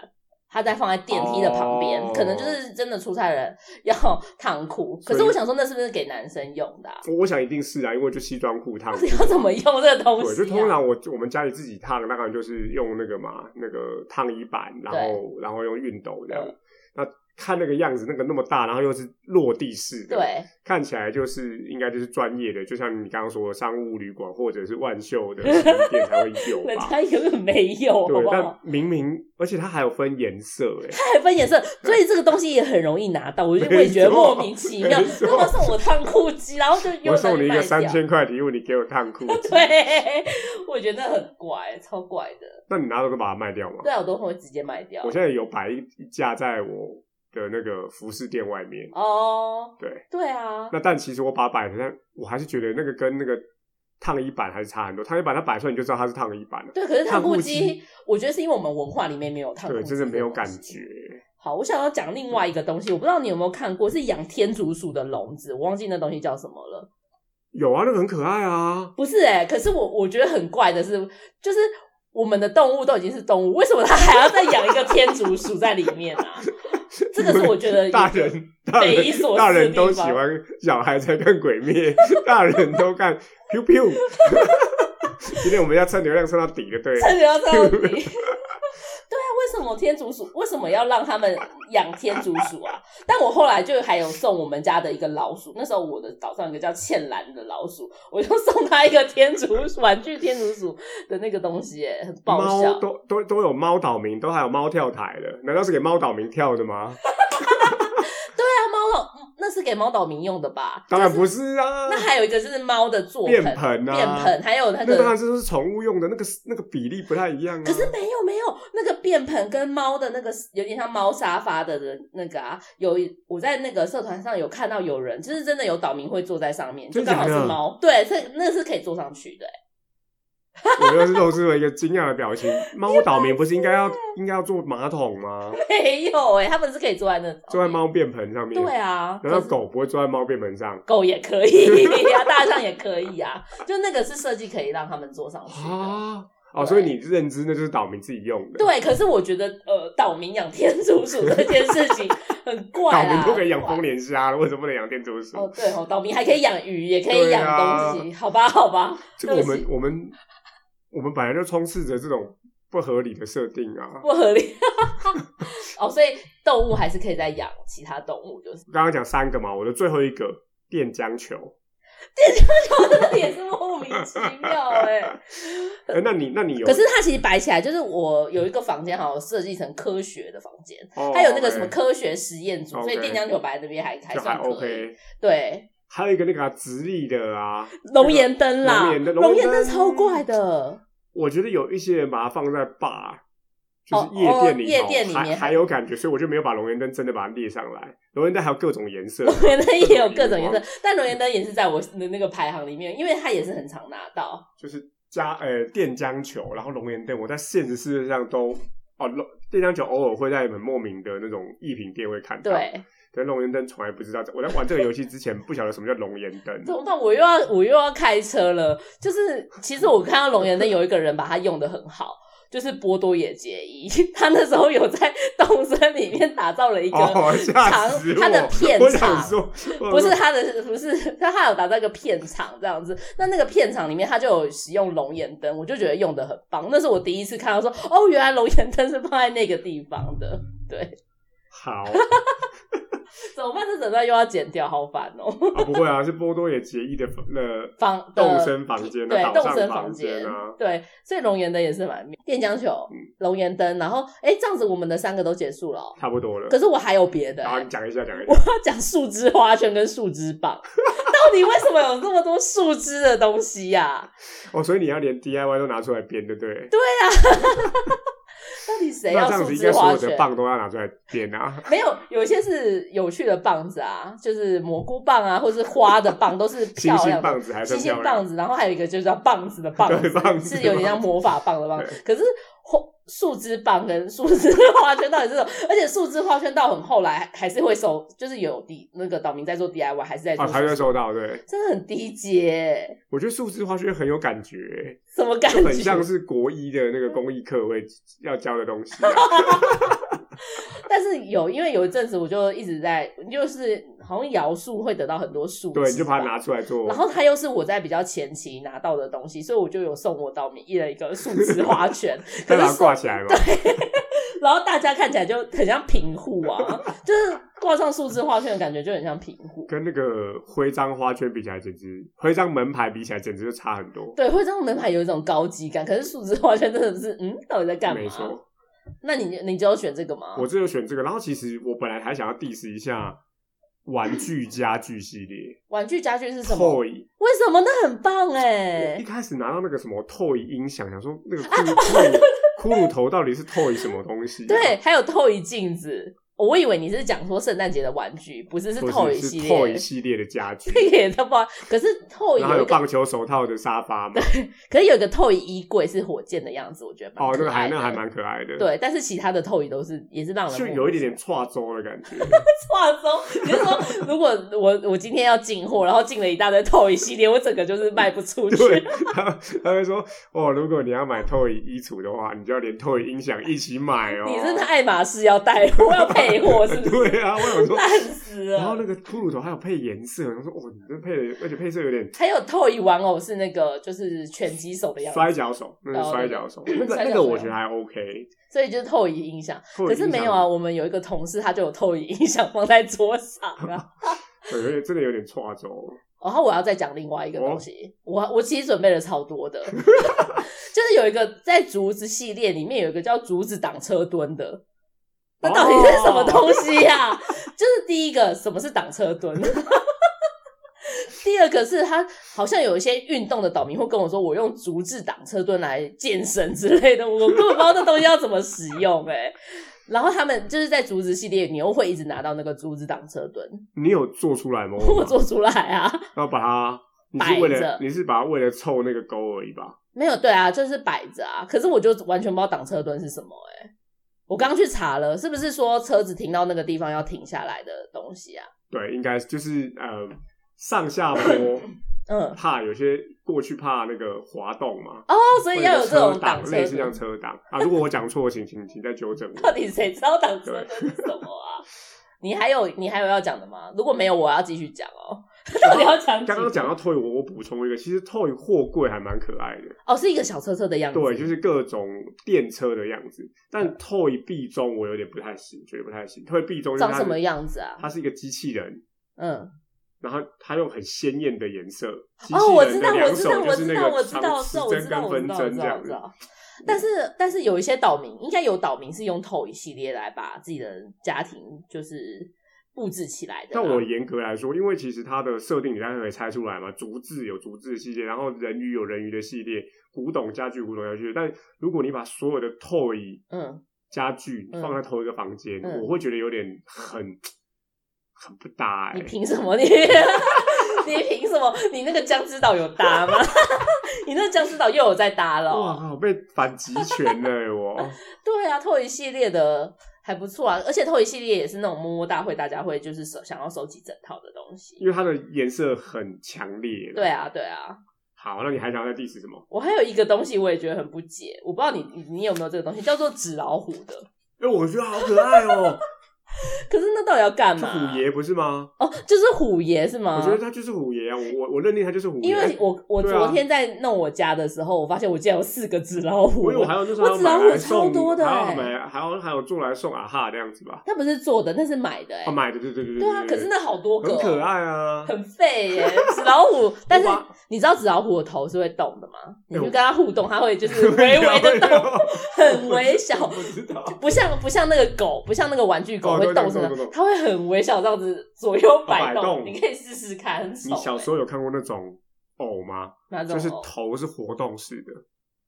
Speaker 1: 它在放在电梯的旁边，
Speaker 2: 哦
Speaker 1: 可能就是真的出差人要烫裤。
Speaker 2: 所
Speaker 1: 可
Speaker 2: 以
Speaker 1: 是我想说，那是不是给男生用的啊、
Speaker 2: 我我想一定是啊，因为就西装裤烫
Speaker 1: 到
Speaker 2: 裤
Speaker 1: 底要怎么用这个东西、啊？
Speaker 2: 对，就通常我我们家里自己烫，那当然就是用那个嘛，那个烫衣板，然后然后用熨斗这样。那看那个样子，那个那么大，然后又是落地式的，，
Speaker 1: 对
Speaker 2: 看起来就是应该就是专业的，就像你刚刚说的商务旅馆或者是万秀 的洗衣店才会有
Speaker 1: 人
Speaker 2: 吧。
Speaker 1: 家根本 没有，好
Speaker 2: 对
Speaker 1: 不，
Speaker 2: 但
Speaker 1: 好？
Speaker 2: 明明，而且它还有分颜色哎，
Speaker 1: 它还分颜色，所以这个东西也很容易拿到，我就我也觉得
Speaker 2: 没错
Speaker 1: 莫名其妙。
Speaker 2: 没错
Speaker 1: 他们送我烫裤机，然后就又
Speaker 2: 我送你一
Speaker 1: 拿去卖
Speaker 2: 个
Speaker 1: 掉
Speaker 2: 三。千块礼物，你给我烫裤子，
Speaker 1: 对，我觉得很怪，超怪的。
Speaker 2: 那你拿到都把它卖掉吗？
Speaker 1: 对啊，我啊都会直接卖掉
Speaker 2: 我。现在有摆一一架在我的那个服饰店外面，
Speaker 1: 哦，
Speaker 2: 对，
Speaker 1: 对啊，
Speaker 2: 那但其实我把它摆的，但我还是觉得那个跟那个烫衣板还是差很多。烫衣板它摆出来你就知道它是烫衣板了，
Speaker 1: 对，可是烫
Speaker 2: 烫
Speaker 1: 裤
Speaker 2: 裤机
Speaker 1: 机，我觉得是因为我们文化里面没有烫裤
Speaker 2: 对，
Speaker 1: 机，
Speaker 2: 真的没有感。觉。
Speaker 1: 好，我想要讲另外一个东西，我不知道你有没有看过，是养天竺鼠的笼子，我忘记那东西叫什么了。
Speaker 2: 有啊，那个很可爱啊，
Speaker 1: 不是哎、可是我我觉得很怪的是，就是我们的动物都已经是动物，为什么它还要再养一个天竺鼠在里面 啊？这个是我觉得
Speaker 2: 大人大
Speaker 1: 匪夷
Speaker 2: 人
Speaker 1: 所思的地方
Speaker 2: 大人都喜欢小孩在看鬼灭， 大人都看 pew pew。今天我们要蹭流量蹭到底的， 对，
Speaker 1: 真的要这样 比。对啊，啊为什么天竺鼠？为什么要让他们养天竺鼠啊？但我后来就还有送我们家的一个老鼠，那时候我的岛上有一个叫倩兰的老鼠，我就送它一个天竺鼠玩具天竺鼠的那个东西、耶，很爆
Speaker 2: 猫
Speaker 1: 笑。
Speaker 2: 都都都有猫岛民，都还有猫跳台的，难道是给猫岛民跳 的吗？
Speaker 1: 对啊，猫岛那是给猫岛民用的吧？
Speaker 2: 当然不是啊，
Speaker 1: 那还有一个就是猫的坐
Speaker 2: 便
Speaker 1: 盆，
Speaker 2: 盆啊，
Speaker 1: 便盆，还有那
Speaker 2: 那当
Speaker 1: 个
Speaker 2: 然，这都是宠物用的，那个那个比例不太一样啊。
Speaker 1: 可是没有没有那个便盆跟猫的那个有点像猫沙发的人那个啊，有一我在那个社团上有看到有人，就是真的有岛民会坐在上面，就
Speaker 2: 真假
Speaker 1: 刚
Speaker 2: 的
Speaker 1: 好是猫，对，这那是可以坐上去的、欸
Speaker 2: 我又是露出了一个惊讶的 表情。猫岛民不是应该要应该要坐马桶吗？
Speaker 1: 没有哎、他们是可以坐在那，
Speaker 2: 坐在，猫便盆上面。
Speaker 1: 对。啊，
Speaker 2: 难道
Speaker 1: 可是
Speaker 2: 狗不会坐在猫便盆上？
Speaker 1: 狗也可 以啊，大象也可以啊，就那个是设计可以让他们坐上去的。
Speaker 2: 啊哦，所以你认知那就是岛民自己用的，，
Speaker 1: 对，可是我觉得呃，岛民养天竺鼠这件事情很怪
Speaker 2: 岛
Speaker 1: 啦，
Speaker 2: 民都可以养
Speaker 1: 很怪
Speaker 2: 丰年虾了，为什么不能养电竹鼠？
Speaker 1: 哦，对哦，岛民还可以养鱼，也可以
Speaker 2: 对
Speaker 1: 养
Speaker 2: 啊
Speaker 1: 东西，好吧，好吧，
Speaker 2: 这个我
Speaker 1: 对
Speaker 2: 们
Speaker 1: 不
Speaker 2: 我们我们本来就充斥着这种不合理的设定啊。
Speaker 1: 不合理。 哦，所以动物还是可以再养其他动物，就是
Speaker 2: 刚刚讲三个嘛，我的最后一个电浆球。
Speaker 1: 我真的也是莫名其妙哎、
Speaker 2: 呃，那你那你有？
Speaker 1: 可是它其实摆起来，就是我有一个房间，好像设计成科学的房间，
Speaker 2: 哦
Speaker 1: 它有那个什么
Speaker 2: OK，
Speaker 1: 科学实验组，所以
Speaker 2: OK
Speaker 1: 电浆球摆在那边还还
Speaker 2: 就还
Speaker 1: 算可以。
Speaker 2: OK。
Speaker 1: 对，
Speaker 2: 还有一个那个啊直立的啊，
Speaker 1: 龙岩灯啦，
Speaker 2: 龙岩灯
Speaker 1: 龙岩
Speaker 2: 龙岩
Speaker 1: 灯
Speaker 2: 灯
Speaker 1: 超怪的。
Speaker 2: 我觉得有一些人把它放在坝，就
Speaker 1: 哦
Speaker 2: 是夜店里
Speaker 1: 哦
Speaker 2: 头，
Speaker 1: 夜店里面
Speaker 2: 还还有感觉，所以我就没有把龙岩灯真的把它列上来。龙岩灯还有各种颜色，
Speaker 1: 龙岩灯也有各种颜
Speaker 2: 各
Speaker 1: 色，但龙岩灯也是在我的那个排行里面，因为它也是很常拿到。
Speaker 2: 就是加呃电浆球，然后龙岩灯，我在现实世界上都哦，龙电浆球偶尔会在很莫名的那种艺品店会看到，，
Speaker 1: 对，
Speaker 2: 但龙岩灯从来不知道。我在玩这个游戏之前不晓得什么叫龙岩灯，
Speaker 1: 怎么办？我又要我又要开车了。就是其实我看到龙岩灯有一个人把它用的很好，就是波多野结衣，他那时候有在动森里面打造了一个
Speaker 2: 哦，吓死我！
Speaker 1: 它的片
Speaker 2: 我
Speaker 1: 场
Speaker 2: 想说，
Speaker 1: 不
Speaker 2: 不
Speaker 1: 是他的，不是他，他有打造一个片场这样子。那那个片场里面，他就有使用龙眼灯，我就觉得用的很棒。那是我第一次看到说，哦，原来龙眼灯是放在那个地方的。对，
Speaker 2: 好
Speaker 1: 怎么办？这整段又要剪掉，好烦哦。
Speaker 2: 啊，不会啊，是波多野结衣的呃
Speaker 1: 房的
Speaker 2: 动身房间啊，
Speaker 1: 对
Speaker 2: 岛
Speaker 1: 动
Speaker 2: 上
Speaker 1: 身
Speaker 2: 房
Speaker 1: 间
Speaker 2: 间啊，嗯
Speaker 1: 对，所以龙岩灯也是蛮妙电浆球、龙岩灯，然后哎、诶这样子我们的三个都结束了哦、
Speaker 2: 差不多了
Speaker 1: 可。是我还有别的、
Speaker 2: 然后
Speaker 1: 诶
Speaker 2: 你讲一下，讲一
Speaker 1: 我
Speaker 2: 下，
Speaker 1: 要讲树枝花圈跟树枝棒，到底为什么有这么多树枝的东西呀、
Speaker 2: 哦，所以你要连 DIY 都拿出来编，对不对？
Speaker 1: 到底谁
Speaker 2: 那
Speaker 1: 要
Speaker 2: 这样
Speaker 1: 树
Speaker 2: 子应
Speaker 1: 枝
Speaker 2: 该所
Speaker 1: 花
Speaker 2: 有的
Speaker 1: 圈？
Speaker 2: 棒都要拿出来编啊。
Speaker 1: 没有，有一些是有趣的棒子啊，就是蘑菇棒啊，或是花的棒，都是
Speaker 2: 星
Speaker 1: 漂
Speaker 2: 星
Speaker 1: 亮
Speaker 2: 棒
Speaker 1: 的。
Speaker 2: 子还
Speaker 1: 星
Speaker 2: 算
Speaker 1: 星
Speaker 2: 漂
Speaker 1: 棒
Speaker 2: 亮，
Speaker 1: 子，然后还有一个就叫棒子的棒
Speaker 2: 对
Speaker 1: 子，
Speaker 2: 棒子的
Speaker 1: 是有点像
Speaker 2: 棒子
Speaker 1: 魔法棒的棒子
Speaker 2: 对。
Speaker 1: 可是花树枝棒跟树枝花圈到底是什么？而且树枝花圈到很后来还是会收，就是有地那个岛民在做 DIY，还是在做
Speaker 2: 啊，
Speaker 1: 手
Speaker 2: 还会
Speaker 1: 工
Speaker 2: 收到。对，
Speaker 1: 真的很低阶，
Speaker 2: 我觉得数字化学很有 感觉，
Speaker 1: 什么感
Speaker 2: 就
Speaker 1: 觉？
Speaker 2: 很像是国一的那个公益课会要教的东西 啊。
Speaker 1: 但是有，因为有一阵子我就一直在，就是好像摇树会得到很多树枝吧，
Speaker 2: 对，你就把它拿出来做
Speaker 1: 啊然。后它又是我在比较前期拿到的东西，所以我就有送我到米一人一个树枝花 圈，可
Speaker 2: 再
Speaker 1: 是
Speaker 2: 把它
Speaker 1: 送
Speaker 2: 挂起来嘛，
Speaker 1: 然后大家看起来就很像贫户啊，就是挂上树枝花圈的感觉就很像贫户。
Speaker 2: 跟那个徽章花圈比起来，简直徽章门牌比起来，简直就差很多。
Speaker 1: 对，会让门牌有一种高级感，可是树枝花圈真的是，嗯，到底在干嘛？
Speaker 2: 没错，
Speaker 1: 那你你就要选这个吗？
Speaker 2: 我这就选这个。然后其实我本来还想要 diss 一下玩具家具系列
Speaker 1: 玩具家具是 什么？
Speaker 2: Toy。
Speaker 1: 为什么？那很棒哎、
Speaker 2: 我一开始拿到那个什么 Toy 音响，想说 那个骷髅骷髅头到底是 Toy 什么东西啊？
Speaker 1: 对，还有透一镜子，我以为你是讲说圣诞节的玩具，不是是
Speaker 2: 不是，
Speaker 1: 透一
Speaker 2: 是
Speaker 1: 系
Speaker 2: Toy
Speaker 1: 列。
Speaker 2: 系列的家具，
Speaker 1: 这 个也都不好，可是透
Speaker 2: 然后
Speaker 1: 有一
Speaker 2: 有
Speaker 1: 个
Speaker 2: 棒球手套的沙发嘛。
Speaker 1: 可是有一个透椅衣柜是火箭的样子，我觉得蛮
Speaker 2: 哦，那
Speaker 1: 可
Speaker 2: 个
Speaker 1: 爱
Speaker 2: 还
Speaker 1: 的
Speaker 2: 那个还蛮可爱的，，
Speaker 1: 对，但是其他的透椅都是也是让人
Speaker 2: 就有一点点跨州的感 觉。
Speaker 1: 化妆。你就说，如果我我今天要进货，然后进了一大堆透椅系列，我整个就是卖不出去。
Speaker 2: 对，他他会说哦，如果你要买 Toy 衣橱的话，你就要连 Toy 音响一起买哦。
Speaker 1: 你是不是爱马仕要带货要配货是不是？
Speaker 2: 啊 对啊，我 想说，
Speaker 1: 烂死
Speaker 2: 然后
Speaker 1: 了
Speaker 2: 那。个骷髅头还有配颜色，我说哦，你这配的，而且配色有点
Speaker 1: 还有透椅玩偶是那个就是拳击手的样子，
Speaker 2: 摔跤手，那
Speaker 1: 哦
Speaker 2: 是摔跤手，那个那个我觉得还 OK。
Speaker 1: 所以就是透椅音响。
Speaker 2: Toy
Speaker 1: 可是没有啊，我们有一个同事他就有透椅音响放在桌上啊。哦
Speaker 2: 音响，有点真的有点跨州。
Speaker 1: 然后我要再讲另外一个东西，
Speaker 2: 哦
Speaker 1: 我我其实准备了超多 的，就是有一个在竹子系列里面有一个叫竹子挡车墩的，那到底是
Speaker 2: 哦
Speaker 1: 什么东西呀、 就是第一个什么是挡车墩， 第二个是他好像有一些运动的岛民会跟我说，我用竹子挡车墩来健身之类的，我根本不知道那东西要怎么使用哎、 然后他们就是在竹子系列，你又会一直拿到那个竹子挡车墩，
Speaker 2: 你有做出来吗？
Speaker 1: 我做出来啊。
Speaker 2: 然后把它，你是为
Speaker 1: 摆着
Speaker 2: 了你是把它为了凑那个勾而已吧？
Speaker 1: 没有，对啊，就是摆着啊。可是我就完全不知道挡车墩是什么哎、我刚去查了，是不是说车子停到那个地方要停下来的东西啊？
Speaker 2: 对，应该就是呃上下坡
Speaker 1: 嗯，
Speaker 2: 怕有些过去怕那个滑动嘛，
Speaker 1: 哦，所以要有这
Speaker 2: 会
Speaker 1: 种
Speaker 2: 车挡，
Speaker 1: 挡车
Speaker 2: 类似像
Speaker 1: 的。
Speaker 2: 车挡啊。如果我讲错，请请请再纠正
Speaker 1: 到
Speaker 2: 我。
Speaker 1: 底谁知道挡车的是什么啊？ 你还有你还有要讲的吗？如果没有，我要继续讲 哦。到底要讲几个？
Speaker 2: 啊刚刚讲到 toy，我我补充一个，其实 toy 货柜还蛮可爱的，
Speaker 1: 哦，是一个小车车的样子。
Speaker 2: 对，就是各种电车的样子。
Speaker 1: 嗯
Speaker 2: 但 toy 壁钟我有点不太行，觉得不太行。toy 壁钟就是
Speaker 1: 长
Speaker 2: 它
Speaker 1: 什么
Speaker 2: 是
Speaker 1: 样子啊？
Speaker 2: 它是一个机器人，
Speaker 1: 嗯，
Speaker 2: 然后它用很鲜艳的颜色。机
Speaker 1: 哦，
Speaker 2: 器
Speaker 1: 我知
Speaker 2: 人
Speaker 1: 道，
Speaker 2: 的
Speaker 1: 我
Speaker 2: 两
Speaker 1: 知
Speaker 2: 手
Speaker 1: 道，
Speaker 2: 就
Speaker 1: 我
Speaker 2: 是
Speaker 1: 知
Speaker 2: 那
Speaker 1: 道，
Speaker 2: 个
Speaker 1: 我知道，
Speaker 2: 长
Speaker 1: 我
Speaker 2: 时
Speaker 1: 知道，我知
Speaker 2: 针
Speaker 1: 道，我
Speaker 2: 跟
Speaker 1: 知
Speaker 2: 分
Speaker 1: 道，我
Speaker 2: 针
Speaker 1: 知
Speaker 2: 这
Speaker 1: 道，
Speaker 2: 样
Speaker 1: 我
Speaker 2: 子
Speaker 1: 知。道。但是但是有一些岛民应该有岛民是用 Toy 系列来把自己的家庭就是布置起来的啊啦。
Speaker 2: 但我严格来说，因为其实它的设定你大概可以猜出来嘛，竹子有竹子的系列，然后人鱼有人鱼的系列，古董家具有古董家具。但如果你把所有的 toy
Speaker 1: 嗯
Speaker 2: 家具
Speaker 1: 嗯
Speaker 2: 放在同一个房间，
Speaker 1: 嗯
Speaker 2: 我会觉得有点很很不搭、欸。
Speaker 1: 你凭什么你？ 你凭什么？你那个僵尸岛有搭吗？ 你那个僵尸岛又有在搭了
Speaker 2: 哇
Speaker 1: 哦、
Speaker 2: 靠！被反击拳了、欸、我，
Speaker 1: 对啊，透一系列的还不错啊，而且透一系列也是那种摸摸大会，大家会就是收想要收集整套的东西。
Speaker 2: 因为它的颜色很强烈。
Speaker 1: 对，啊，对啊，
Speaker 2: 好，那你还想要再 diss 什么？
Speaker 1: 我还有一个东西我也觉得很不解，我不知道你你你有没有这个东西，叫做纸老虎的。
Speaker 2: 哎、我觉得好可爱哦、
Speaker 1: 可是那到底要干
Speaker 2: 是
Speaker 1: 嘛？
Speaker 2: 虎爷不是吗？
Speaker 1: 哦，就是虎爷是吗？
Speaker 2: 我觉得他就是虎爷啊，我我我认定他就是虎爷。
Speaker 1: 嗯因为我我
Speaker 2: 对啊
Speaker 1: 昨天在弄我家的时候，我发现我竟然有四个纸老虎
Speaker 2: 我有，还有那时候
Speaker 1: 我
Speaker 2: 还
Speaker 1: 纸老
Speaker 2: 要
Speaker 1: 虎
Speaker 2: 买来送，
Speaker 1: 超多的
Speaker 2: 还
Speaker 1: 欸
Speaker 2: 要买，还有还有做来送啊哈这样子吧。
Speaker 1: 它不是做的，那是买的哎、
Speaker 2: 啊，买的对对对
Speaker 1: 对啊，可是那好多个、
Speaker 2: 很可、爱啊。
Speaker 1: 很废耶、纸老虎， 但是
Speaker 2: 我把
Speaker 1: 你知道纸老虎的头是会动的吗？你
Speaker 2: 哎
Speaker 1: 去
Speaker 2: 我
Speaker 1: 跟它互动，它会 就是微微的
Speaker 2: 没有
Speaker 1: 动，，很微小
Speaker 2: 我，不知 道。
Speaker 1: 不像不像那个狗，不像那个玩具狗
Speaker 2: 哦
Speaker 1: 会
Speaker 2: 对
Speaker 1: 动
Speaker 2: 对
Speaker 1: 什
Speaker 2: 对
Speaker 1: 么
Speaker 2: 对，对
Speaker 1: 它会很微小这样子左右摆
Speaker 2: 摆动
Speaker 1: 你可以试试看，很丑
Speaker 2: 你
Speaker 1: 耶。
Speaker 2: 小时候有看过那种偶吗？
Speaker 1: 那种
Speaker 2: 就是
Speaker 1: 哦
Speaker 2: 头是活动式的，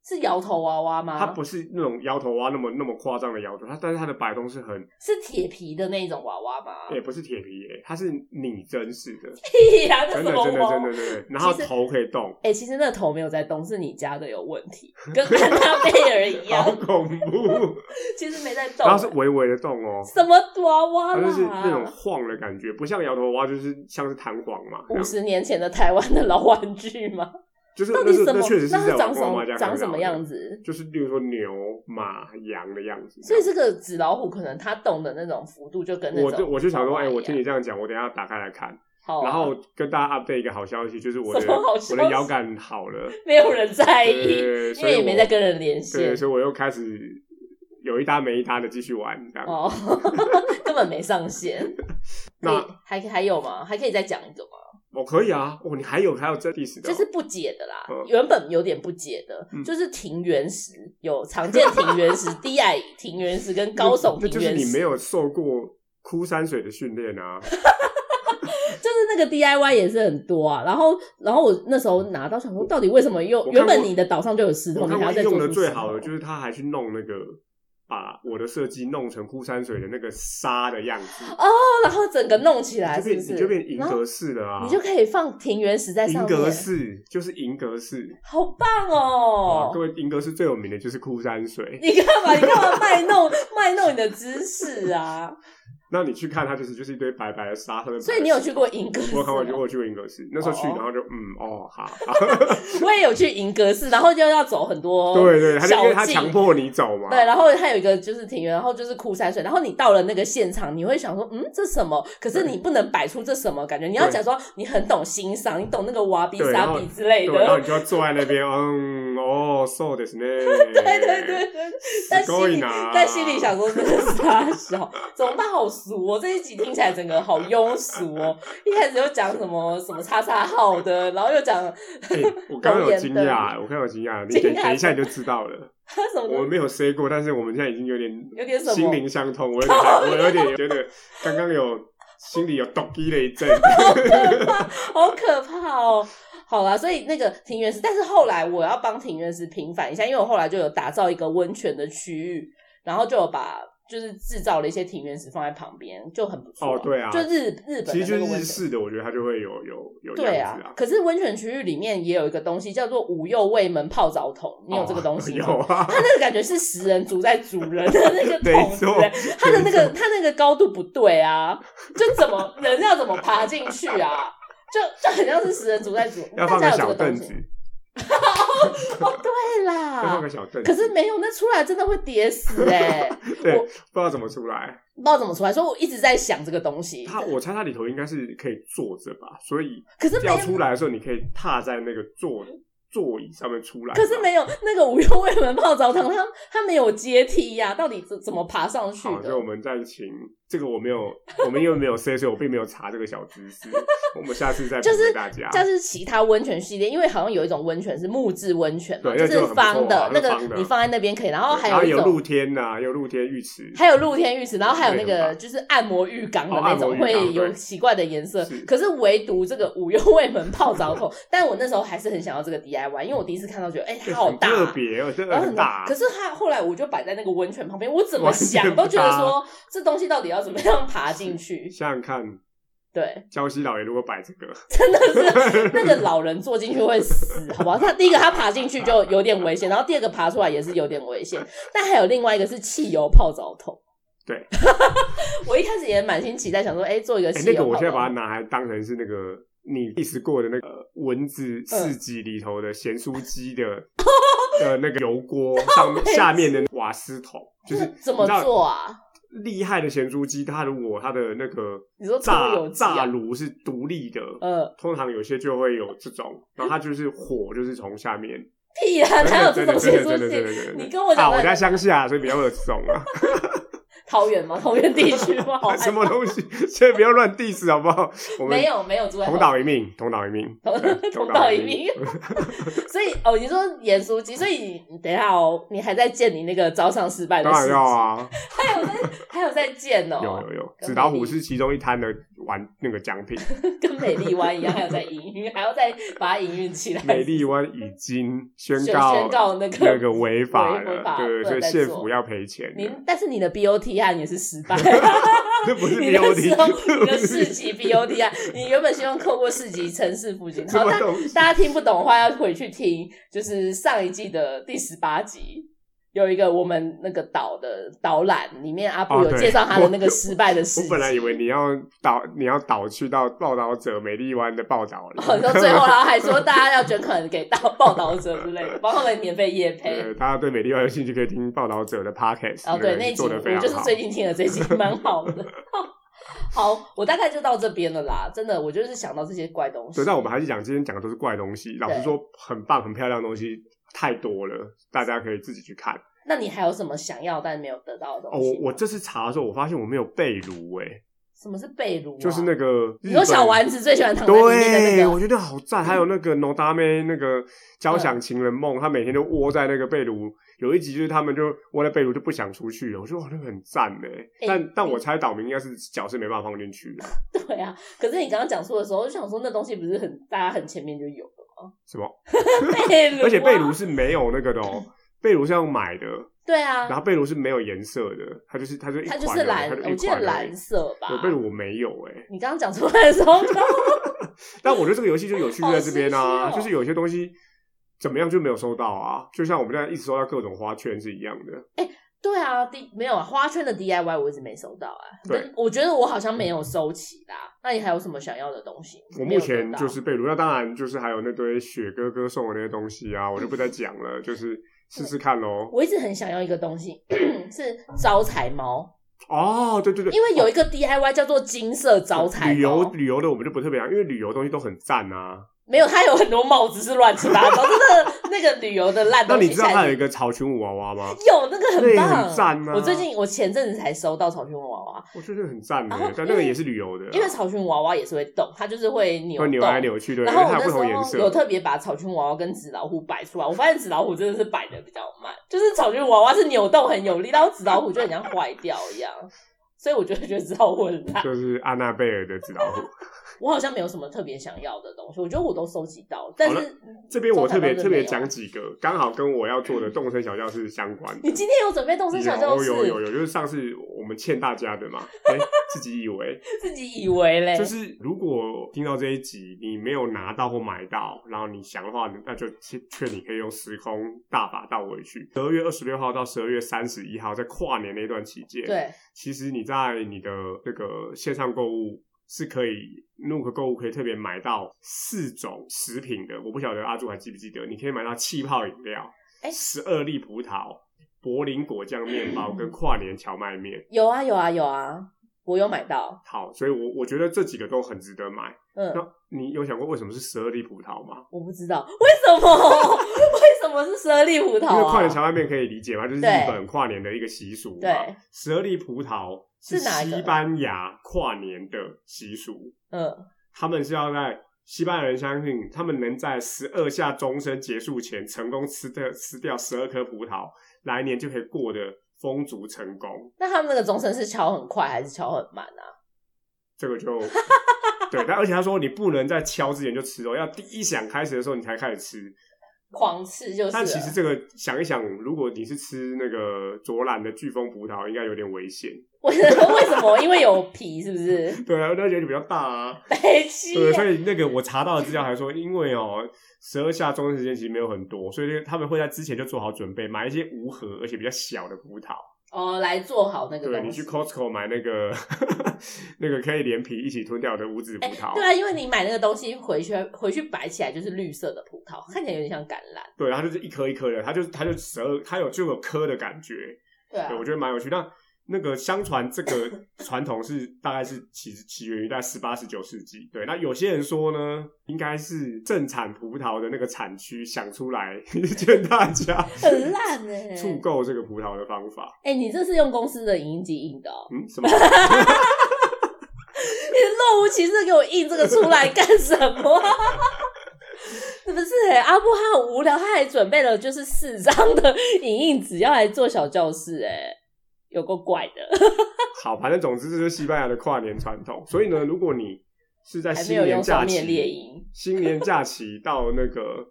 Speaker 1: 是摇头娃娃吗？
Speaker 2: 它不是那种摇头蛙那么那么夸张的摇头，它但是它的摆动是很，
Speaker 1: 是铁皮的那种娃娃吗？
Speaker 2: 也不是铁皮耶，它是拟真式 的，
Speaker 1: 屁呀、那
Speaker 2: 真
Speaker 1: 什
Speaker 2: 的
Speaker 1: 么
Speaker 2: 真的
Speaker 1: 娃
Speaker 2: 真的真的。然后
Speaker 1: 其实
Speaker 2: 头可以动，
Speaker 1: 哎、其实那个头没有在动，是你家的有问 题，跟安娜贝尔一
Speaker 2: 好
Speaker 1: 样，
Speaker 2: 恐怖。
Speaker 1: 其实没在动。
Speaker 2: 然后是微微的动哦，
Speaker 1: 什么娃娃
Speaker 2: 它就是那种
Speaker 1: 啦？
Speaker 2: 晃的感觉，不像摇头蛙，就是像是弹簧嘛，这
Speaker 1: 五
Speaker 2: 样
Speaker 1: 十年前的台湾的老玩具吗？
Speaker 2: 就是
Speaker 1: 到
Speaker 2: 那
Speaker 1: 底
Speaker 2: 是
Speaker 1: 什么？
Speaker 2: 那确实是
Speaker 1: 那它
Speaker 2: 在啊摇
Speaker 1: 长什
Speaker 2: 头蛙
Speaker 1: 么
Speaker 2: 家
Speaker 1: 长什么样
Speaker 2: 子，
Speaker 1: 子？
Speaker 2: 就是例如说牛、马、羊的样子。
Speaker 1: 所以这个纸老虎可能它动的那种幅度就跟那种
Speaker 2: 我就我就想说，
Speaker 1: 娃
Speaker 2: 哎、
Speaker 1: 娃一样
Speaker 2: 我听你这样讲，我等一下打开来看，
Speaker 1: 好啊、
Speaker 2: 然后跟大家 update 一个好消息，就是我的
Speaker 1: 什么好消息
Speaker 2: 我的摇杆好了，
Speaker 1: 没有人在
Speaker 2: 对
Speaker 1: 意，
Speaker 2: 对，
Speaker 1: 因
Speaker 2: 所以
Speaker 1: 为也
Speaker 2: 我
Speaker 1: 没在跟人连
Speaker 2: 对，
Speaker 1: 线
Speaker 2: 所以我又开始有一搭没一搭的继续玩这样。
Speaker 1: 哦， 根本没上线。
Speaker 2: 那
Speaker 1: 你还还有吗？还可以再讲一个吗？
Speaker 2: 我、可以啊，哦，你还有还有这第十的哦、
Speaker 1: 就是不解的啦，
Speaker 2: 嗯
Speaker 1: 原本有点不解的，
Speaker 2: 嗯
Speaker 1: 就是庭园石有常见庭园 石、低矮庭园石跟高耸
Speaker 2: 那那
Speaker 1: 庭
Speaker 2: 就是
Speaker 1: 园
Speaker 2: 你
Speaker 1: 石，
Speaker 2: 没有受过枯山水的训练啊。
Speaker 1: 就是那个 DIY 也是很多啊。然后，然后我那时候拿到想说，到底为什么用
Speaker 2: 嗯我看
Speaker 1: 原
Speaker 2: 过
Speaker 1: 本你的岛上就有石头，
Speaker 2: 我
Speaker 1: 你
Speaker 2: 看
Speaker 1: 还要
Speaker 2: 过
Speaker 1: 再做
Speaker 2: 用的
Speaker 1: 出
Speaker 2: 最
Speaker 1: 石头哦
Speaker 2: 好的就是他还去弄那个，把我的设计弄成枯山水的那个沙的样子，
Speaker 1: 哦，然后整个弄起来
Speaker 2: 你就是
Speaker 1: 不
Speaker 2: 变
Speaker 1: 是？
Speaker 2: 你就变银
Speaker 1: 然后
Speaker 2: 格式了啊！
Speaker 1: 你就可以放庭园石在上
Speaker 2: 银
Speaker 1: 面
Speaker 2: 格，式就是银格式
Speaker 1: 好棒
Speaker 2: 哇！
Speaker 1: 哦！
Speaker 2: 各位银格式最有名的就是枯山水，
Speaker 1: 你干嘛？你干嘛卖弄卖弄你的知识啊？
Speaker 2: 那你去看它就是就是一堆白白的沙，上面
Speaker 1: 所以你有去过银格寺
Speaker 2: 我有看过，我有
Speaker 1: 吗
Speaker 2: 我有去过银格式，那时候去
Speaker 1: 哦哦
Speaker 2: 然后就嗯 哦好，
Speaker 1: 我也有去银格寺，然后就要走很多
Speaker 2: 对对，他就因为
Speaker 1: 小
Speaker 2: 他
Speaker 1: 径
Speaker 2: 强迫你走嘛，
Speaker 1: 对，然后它有一个就是庭园，然后就是枯山水，然后你到了那个现场，你会想说，嗯，这什么？可是
Speaker 2: 对
Speaker 1: 你不能摆出这什么感觉，你要
Speaker 2: 对
Speaker 1: 讲说你很懂欣赏，你懂那个瓦比
Speaker 2: 对
Speaker 1: 沙
Speaker 2: 然后
Speaker 1: 比之类
Speaker 2: 对，
Speaker 1: 的。
Speaker 2: 然后你就要坐在那边，嗯哦，so です ね，
Speaker 1: 对
Speaker 2: 对
Speaker 1: 对对对，但
Speaker 2: すご
Speaker 1: 心
Speaker 2: い
Speaker 1: 里
Speaker 2: な
Speaker 1: 但心里想说这是傻笑，怎么办？好俗哦！这一集听起来整个好庸俗哦。一开始又讲什么什么叉叉号的，然后又讲
Speaker 2: 欸我刚刚有惊
Speaker 1: 龙眼
Speaker 2: 讶，我刚刚有惊讶，你
Speaker 1: 惊
Speaker 2: 等
Speaker 1: 讶
Speaker 2: 等一下你就知道了。
Speaker 1: 什么
Speaker 2: 我
Speaker 1: 东
Speaker 2: 没有 say 过，但是我们现在已经有点
Speaker 1: 有点什么
Speaker 2: 心灵相通，我 有点害我有点觉得刚刚有心里有抖机了一 阵。
Speaker 1: 西，好可怕哦。好啦，所以那个庭院石，但是后来我要帮庭院石平反一下，因为我后来就有打造一个温泉的区域，然后就有把就是制造了一些庭院石放在旁边，就很不错、
Speaker 2: 哦对啊
Speaker 1: 就日日本的
Speaker 2: 其实就
Speaker 1: 那个温
Speaker 2: 是日
Speaker 1: 泉
Speaker 2: 式的，我觉得它就会有有有
Speaker 1: 对
Speaker 2: 样
Speaker 1: 啊
Speaker 2: 子啊，。
Speaker 1: 可是温泉区域里面也有一个东西叫做五右卫门泡澡桶，你有这个东西
Speaker 2: 有
Speaker 1: 吗？
Speaker 2: 啊，
Speaker 1: 它那个感觉是食人族在煮人的那个
Speaker 2: 没
Speaker 1: 桶子、
Speaker 2: 错
Speaker 1: 欸，它的那个它那个高度不对啊，就怎么人要怎么爬进去啊？就就很像是食人族在煮，
Speaker 2: 要放个
Speaker 1: 大家有这
Speaker 2: 小
Speaker 1: 个
Speaker 2: 凳
Speaker 1: 东
Speaker 2: 子
Speaker 1: 西。，哦，对
Speaker 2: 要放
Speaker 1: 啦
Speaker 2: 个，小凳
Speaker 1: 可
Speaker 2: 子，
Speaker 1: 是没有，那出来真的会跌死哎、
Speaker 2: 对，
Speaker 1: 我
Speaker 2: 不知道怎么出来。
Speaker 1: 不知道怎么出来，所以我一直在想这个东西。
Speaker 2: 它我猜它里头应该是可以坐着吧，所以
Speaker 1: 可是没
Speaker 2: 要
Speaker 1: 有，
Speaker 2: 出来的时候，你可以踏在那个座座椅上面出来吧。
Speaker 1: 可是没有那个无忧卫门泡澡堂，它它没有阶梯呀、到底怎怎么爬上去
Speaker 2: 好，所以
Speaker 1: 的
Speaker 2: 我？们再请这个我 没有，我们因为没有 C，所以我并没有查这个小知识。我们下次再补
Speaker 1: 就是
Speaker 2: 给大家。
Speaker 1: 但是其他温泉系列，因为好像有一种温泉是木质温泉嘛，
Speaker 2: 对
Speaker 1: 就
Speaker 2: 那就很
Speaker 1: 是
Speaker 2: 不错啊
Speaker 1: 方的，那
Speaker 2: 那个
Speaker 1: 个
Speaker 2: 方的
Speaker 1: 你放在那边可以。然后还
Speaker 2: 然后
Speaker 1: 有一
Speaker 2: 有露
Speaker 1: 种，
Speaker 2: 天呐、有露天浴池，
Speaker 1: 还有露天浴池，然后还有那
Speaker 2: 对很
Speaker 1: 个
Speaker 2: 棒
Speaker 1: 就是按摩浴缸的
Speaker 2: 哦
Speaker 1: 那种，
Speaker 2: 按摩浴缸
Speaker 1: 会有
Speaker 2: 对
Speaker 1: 奇怪的颜色
Speaker 2: 是。
Speaker 1: 可是唯独这个无忧卫门泡澡桶，但我那时候还是很想要这个 DIY，因为我第一次看到觉得，哎、它好
Speaker 2: 很
Speaker 1: 大、
Speaker 2: 特别哦，真
Speaker 1: 然
Speaker 2: 的
Speaker 1: 后
Speaker 2: 很
Speaker 1: 很
Speaker 2: 大。
Speaker 1: 可是他后来我就摆在那个温泉旁边，我怎么
Speaker 2: 完全
Speaker 1: 想
Speaker 2: 不搭
Speaker 1: 都觉得说这东西到底要怎么样爬进去？
Speaker 2: 想想看，
Speaker 1: 对，
Speaker 2: 礁溪老爷如果摆这个，
Speaker 1: 真的是那个老人坐进去会死，好不好？他第一个他爬进去就有点危险，然后第二个爬出来也是有点危险。但还有另外一个是汽油泡澡桶。
Speaker 2: 对，
Speaker 1: 我一开始也满心期待，想说，哎、做一个
Speaker 2: 哎、
Speaker 1: 汽
Speaker 2: 那个
Speaker 1: 油
Speaker 2: 我
Speaker 1: 泡
Speaker 2: 现
Speaker 1: 澡
Speaker 2: 在把它
Speaker 1: 桶。
Speaker 2: 拿来当成是那个你历史过的那个呃文字市集里头的咸酥 鸡的的那个油锅上面下面的瓦斯桶，就是
Speaker 1: 那怎么
Speaker 2: 你知道
Speaker 1: 做啊？
Speaker 2: 厉害的咸酥鸡，它如果它的那个
Speaker 1: 你说葱
Speaker 2: 炸
Speaker 1: 油鸡啊
Speaker 2: 炸炉是独立的，
Speaker 1: 呃，
Speaker 2: 通常有些就会有这种，然后它就是火就是从下面，
Speaker 1: 屁啊，哪有这种
Speaker 2: 真的
Speaker 1: 咸
Speaker 2: 真
Speaker 1: 酥
Speaker 2: 的真的真的
Speaker 1: 鸡？
Speaker 2: 真的
Speaker 1: 你跟我
Speaker 2: 啊，
Speaker 1: 讲
Speaker 2: 我在
Speaker 1: 的
Speaker 2: 乡下，所以比较会有这种啊，
Speaker 1: 桃园吗？桃园地区吗？好害怕
Speaker 2: 什么东西，所以不要乱 diss 好不好？我们
Speaker 1: 没有没有住在
Speaker 2: 同
Speaker 1: 桃园
Speaker 2: 岛一命，同岛一命，
Speaker 1: 同
Speaker 2: 对
Speaker 1: 同道一命。所以哦，你说盐酥鸡，所以你等一下哦，你还在建你那个招商失败的
Speaker 2: 当
Speaker 1: 事情，
Speaker 2: 然要啊，
Speaker 1: 还有在还有在建哦，
Speaker 2: 有有有，
Speaker 1: 跟
Speaker 2: 纸老
Speaker 1: 美
Speaker 2: 虎
Speaker 1: 丽
Speaker 2: 是其中一摊的玩那个奖品，
Speaker 1: 跟美丽湾一样，还有在营运， 还要再把它营运起来。
Speaker 2: 美丽湾已经宣
Speaker 1: 宣
Speaker 2: 告
Speaker 1: 宣告那个
Speaker 2: 那个违法
Speaker 1: 违违
Speaker 2: 了，
Speaker 1: 法
Speaker 2: 对，
Speaker 1: 不
Speaker 2: 所
Speaker 1: 能
Speaker 2: 以
Speaker 1: 再
Speaker 2: 县
Speaker 1: 做
Speaker 2: 府要赔钱的，
Speaker 1: 您，但是你的 BOT 案也是失败，
Speaker 2: 这不 是
Speaker 1: 你那时 候你的
Speaker 2: BOD，
Speaker 1: 市级 BOT 案，你原本希望透过市级城市附近，
Speaker 2: 什
Speaker 1: 好，
Speaker 2: 么
Speaker 1: 但
Speaker 2: 东西？
Speaker 1: 大家听不懂的话，要回去听，就是上一季的第十八集。有一个我们那个岛的导览，里面阿布
Speaker 2: 哦
Speaker 1: 有
Speaker 2: 对
Speaker 1: 介绍他的那个失败的事
Speaker 2: 我
Speaker 1: 迹。
Speaker 2: 本来以为你要导，你要导去到报道者美丽湾的报道了。
Speaker 1: 哦，你说最后然后还 说大家要捐款给大报道者之类的，帮他们免费夜配。
Speaker 2: 呃，大家对美丽湾有兴趣，可以听报道者的 podcast。
Speaker 1: 哦，对，那一集
Speaker 2: 做
Speaker 1: 我
Speaker 2: 的非常
Speaker 1: 就是
Speaker 2: 好。
Speaker 1: 最近听了这一集， 蛮好的。 好，我大概就到这边了啦。真的，我就是想到这些怪东西
Speaker 2: 对，。但我们还是讲今天讲的都是怪东西。老实说，很棒、很漂亮的东西太多了，大家可以自己去看。
Speaker 1: 那你还有什么想要但没有得到的
Speaker 2: 哦，
Speaker 1: 东西
Speaker 2: 我
Speaker 1: 吗？
Speaker 2: 我这次查的时候，我发现我没有被炉，哎，
Speaker 1: 什么是被炉啊？
Speaker 2: 就是那个日
Speaker 1: 你说
Speaker 2: 本
Speaker 1: 小丸子最喜欢躺在里面的那
Speaker 2: 对，
Speaker 1: 个嗯
Speaker 2: 我觉得好赞。还有那个 No d a m e 那个交响情人梦，他每天都窝在那个被炉。有一集就是他们就窝在被炉就不想出去了，我觉得哇，那个很赞呢。但但我猜岛民应该是脚是没办法放进去的，
Speaker 1: 对啊，可是你刚刚讲述的时候，我就想说那东西不是很大家很前面就有了
Speaker 2: 什么？
Speaker 1: 吗？ 被炉啊，
Speaker 2: 而且被炉是没有那个 的哦，被炉是要买的，
Speaker 1: 对
Speaker 2: 然
Speaker 1: 啊，
Speaker 2: 后被炉是没有颜色的，它就是它就一
Speaker 1: 它
Speaker 2: 款
Speaker 1: 就是蓝
Speaker 2: 而已它，就
Speaker 1: 我
Speaker 2: 一
Speaker 1: 记得
Speaker 2: 款而已
Speaker 1: 蓝。色吧。
Speaker 2: 对，被炉我没有哎、
Speaker 1: 你刚刚讲出来的时候，
Speaker 2: 但我觉得这个游戏就有趣就在这边啊，
Speaker 1: 好心虚哦
Speaker 2: 就是有些东西怎么样就没有收到啊，就像我们现在一直收到各种花圈是一样的。
Speaker 1: 对啊，D 没有啊，花圈的 DIY 我一直没收到啊。
Speaker 2: 对
Speaker 1: 跟，我觉得我好像没有收齐啦。那你还有什么想要的东西？
Speaker 2: 我
Speaker 1: 没
Speaker 2: 目
Speaker 1: 有得
Speaker 2: 前
Speaker 1: 到
Speaker 2: 就是被炉，那当然就是还有那堆雪哥哥送我那些东西啊，我就不
Speaker 1: 嗯
Speaker 2: 再讲了，就是试试看喽。
Speaker 1: 我一直很想要一个东西， 是招财猫，
Speaker 2: 哦，对对对，
Speaker 1: 因为有一个 DIY 叫做金色招财
Speaker 2: 旅游
Speaker 1: 猫，
Speaker 2: 旅游的我们就不特别讲，因为旅游东西都很赞啊。
Speaker 1: 没有它有很多帽子是乱七八 糟，真的那个旅游的烂
Speaker 2: 那
Speaker 1: 东西。
Speaker 2: 你知道它有一个草裙舞娃娃吗？
Speaker 1: 有那个
Speaker 2: 那
Speaker 1: 很
Speaker 2: 也
Speaker 1: 棒，
Speaker 2: 很赞啊
Speaker 1: 我最近我前阵子才收到草裙娃娃，
Speaker 2: 我觉得很赞的欸
Speaker 1: 然后，
Speaker 2: 但那
Speaker 1: 因
Speaker 2: 个
Speaker 1: 为
Speaker 2: 也是旅游的啊，
Speaker 1: 因为草裙娃娃也是会动，它就是会扭
Speaker 2: 会
Speaker 1: 动
Speaker 2: 扭来扭去，对，因
Speaker 1: 然
Speaker 2: 为
Speaker 1: 后
Speaker 2: 它
Speaker 1: 我那
Speaker 2: 有不
Speaker 1: 时
Speaker 2: 同颜
Speaker 1: 候有
Speaker 2: 色。
Speaker 1: 特别把草裙娃娃跟纸老虎摆出来，我发现纸老虎真的是摆的比较慢，就是草裙娃娃是扭动很有力，然后纸老虎就很像坏掉一样，所以我就会觉得纸老虎很烂。
Speaker 2: 就是安娜贝尔的纸 老虎，
Speaker 1: 我好像没有什么特别想要的东西，我觉得我都收集到，但
Speaker 2: 好
Speaker 1: 是
Speaker 2: 这边我特别
Speaker 1: 中台湾真的
Speaker 2: 特别
Speaker 1: 没有
Speaker 2: 讲几个，刚好跟我要做的动身小教室相关的。
Speaker 1: 你今天有准备动身小教
Speaker 2: 有有有
Speaker 1: 室，
Speaker 2: 有，就是上次我们欠大家的嘛， 哎，自己以为
Speaker 1: 自己以为嘞，
Speaker 2: 就是如果听到这一集你没有拿到或买到，然后你想的话，那就劝劝你可以用时空大法倒回去。十二月二十六号到十二月三十一号，在跨年那段期间，，
Speaker 1: 对
Speaker 2: 其实你在你的这个线上购物是可以 Nook 购物可以特别买到四种食品的，我不晓得阿柱还记不记得，你可以买到气泡饮料、
Speaker 1: 哎
Speaker 2: 十二粒葡萄、柏林果酱面包跟跨年荞麦面。
Speaker 1: 有啊有啊有啊，我有买到，
Speaker 2: 好，所以我我觉得这几个都很值得买。
Speaker 1: 嗯，
Speaker 2: 那你有想过为什么是十二粒葡萄吗？
Speaker 1: 我不知道为什么， 为什么是十二粒葡萄、
Speaker 2: 因为跨年
Speaker 1: 啊？
Speaker 2: 荞麦面可以理解嘛，就是日
Speaker 1: 对
Speaker 2: 本跨年的一个习俗嘛
Speaker 1: 对。
Speaker 2: 十二粒葡萄
Speaker 1: 是哪一个
Speaker 2: 西班牙跨年的习俗，
Speaker 1: 嗯，
Speaker 2: 他们是要在西班牙人相信他们能在十二下钟声结束前成功吃掉吃掉十二颗葡萄，来年就可以过得丰足成功。
Speaker 1: 那他们那个钟声是敲很快还是敲很慢啊？
Speaker 2: 这个 就对，但而且他说你不能在敲之前就吃哦，要第一响开始的时候你才开始吃。
Speaker 1: 狂吃就是啊了。
Speaker 2: 但其实这个想一想，如果你是吃那个卓兰的飓风葡萄，应该有点危险。
Speaker 1: 我 为什么？因为有皮是不 是？
Speaker 2: 对啊，那觉得比较大啊。
Speaker 1: 北七
Speaker 2: 对，所以那个我查到的资料还说，因为哦，十二下中的时间其实没有很多，所以他们会在之前就做好准备，买一些无核而且比较小的葡萄。
Speaker 1: 哦，来做好那个
Speaker 2: 对，
Speaker 1: 东
Speaker 2: 你
Speaker 1: 西
Speaker 2: 去。Costco 买那个 那个可以连皮一起吞掉的无籽葡
Speaker 1: 哎
Speaker 2: 萄，
Speaker 1: 对啊，因为你买那个东西回去回去摆起来就是绿色的葡萄，看起来有点像橄榄。
Speaker 2: 对，它就是一颗一颗的，它就它就十二，它有就有颗的感觉。
Speaker 1: 对啊
Speaker 2: 对，，我觉得蛮有趣。那那个相传这个传统是大概是起起源于在十八、十九世纪。对，那有些人说呢，应该是正产葡萄的那个产区想出来 劝大家
Speaker 1: 很烂哎、
Speaker 2: 促购这个葡萄的方法。
Speaker 1: 哎、你这是用公司的影音机印的哦、
Speaker 2: 嗯，什么？
Speaker 1: 你若无其事给我印这个出来干什么？ 是不是、欸？阿布他很无聊，他还准备了就是四张的影印纸要来做小教室、哎，有够怪的。
Speaker 2: 好，反正总之这就是西班牙的跨年传统。所以呢，如果你是在
Speaker 1: 还没
Speaker 2: 新
Speaker 1: 有
Speaker 2: 年
Speaker 1: 用
Speaker 2: 假
Speaker 1: 上面猎
Speaker 2: 期，
Speaker 1: 鹰，
Speaker 2: 新年假期到那个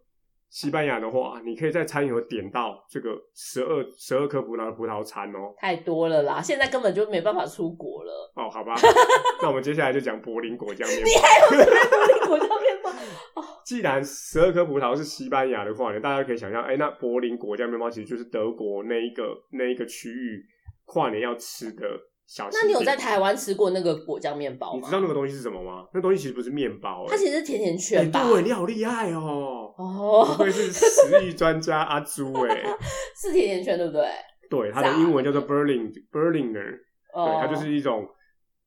Speaker 2: 西班牙的话，你可以在餐饮盒点到这个十二十二颗葡萄的葡萄餐哦。
Speaker 1: 太多了啦，现在根本就没办法出国了。
Speaker 2: 哦，好吧，那我们接下来就讲柏林果酱面
Speaker 1: 我这边努力国家 面包，
Speaker 2: 包。既然十二颗葡萄是西班牙的话呢，大家可以想象，哎、那柏林果酱面包其实就是德国那一个那一个区域跨年要吃的小。
Speaker 1: 那你有在？台湾吃过那个果酱面包
Speaker 2: 你
Speaker 1: 吗
Speaker 2: 知？道那个东西是什么吗？那东西其实不是面包、哎
Speaker 1: 它其实是甜甜
Speaker 2: 哎
Speaker 1: 圈吧？
Speaker 2: 对，你好厉 害哦！不
Speaker 1: 哦，
Speaker 2: 愧是食欲专家阿朱哎、
Speaker 1: 是甜甜圈对不对？
Speaker 2: 对，它的英文叫做 Berlin Berliner，
Speaker 1: 哦，
Speaker 2: 对，它就是一种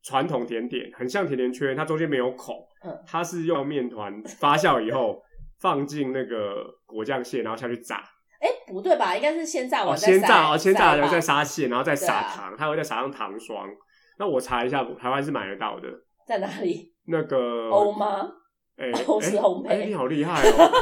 Speaker 2: 传统甜点，很像甜甜圈，它中间没有口，
Speaker 1: 嗯
Speaker 2: 它是用面团发酵以后放进那个果酱馅，然后下去炸。
Speaker 1: 哎、不对吧？应该是先炸
Speaker 2: 哦，
Speaker 1: 完再
Speaker 2: 先
Speaker 1: 撒
Speaker 2: 炸哦，先炸，
Speaker 1: 撒
Speaker 2: 然后再
Speaker 1: 吧
Speaker 2: 撒馅，然后再撒
Speaker 1: 对啊
Speaker 2: 糖，它会再撒上糖霜。那我查一下，台湾是买得到的。
Speaker 1: 在哪里？
Speaker 2: 那个
Speaker 1: 欧妈，
Speaker 2: 哎，
Speaker 1: 欧式
Speaker 2: 哎
Speaker 1: 烘焙
Speaker 2: 哎，你好厉 害哦！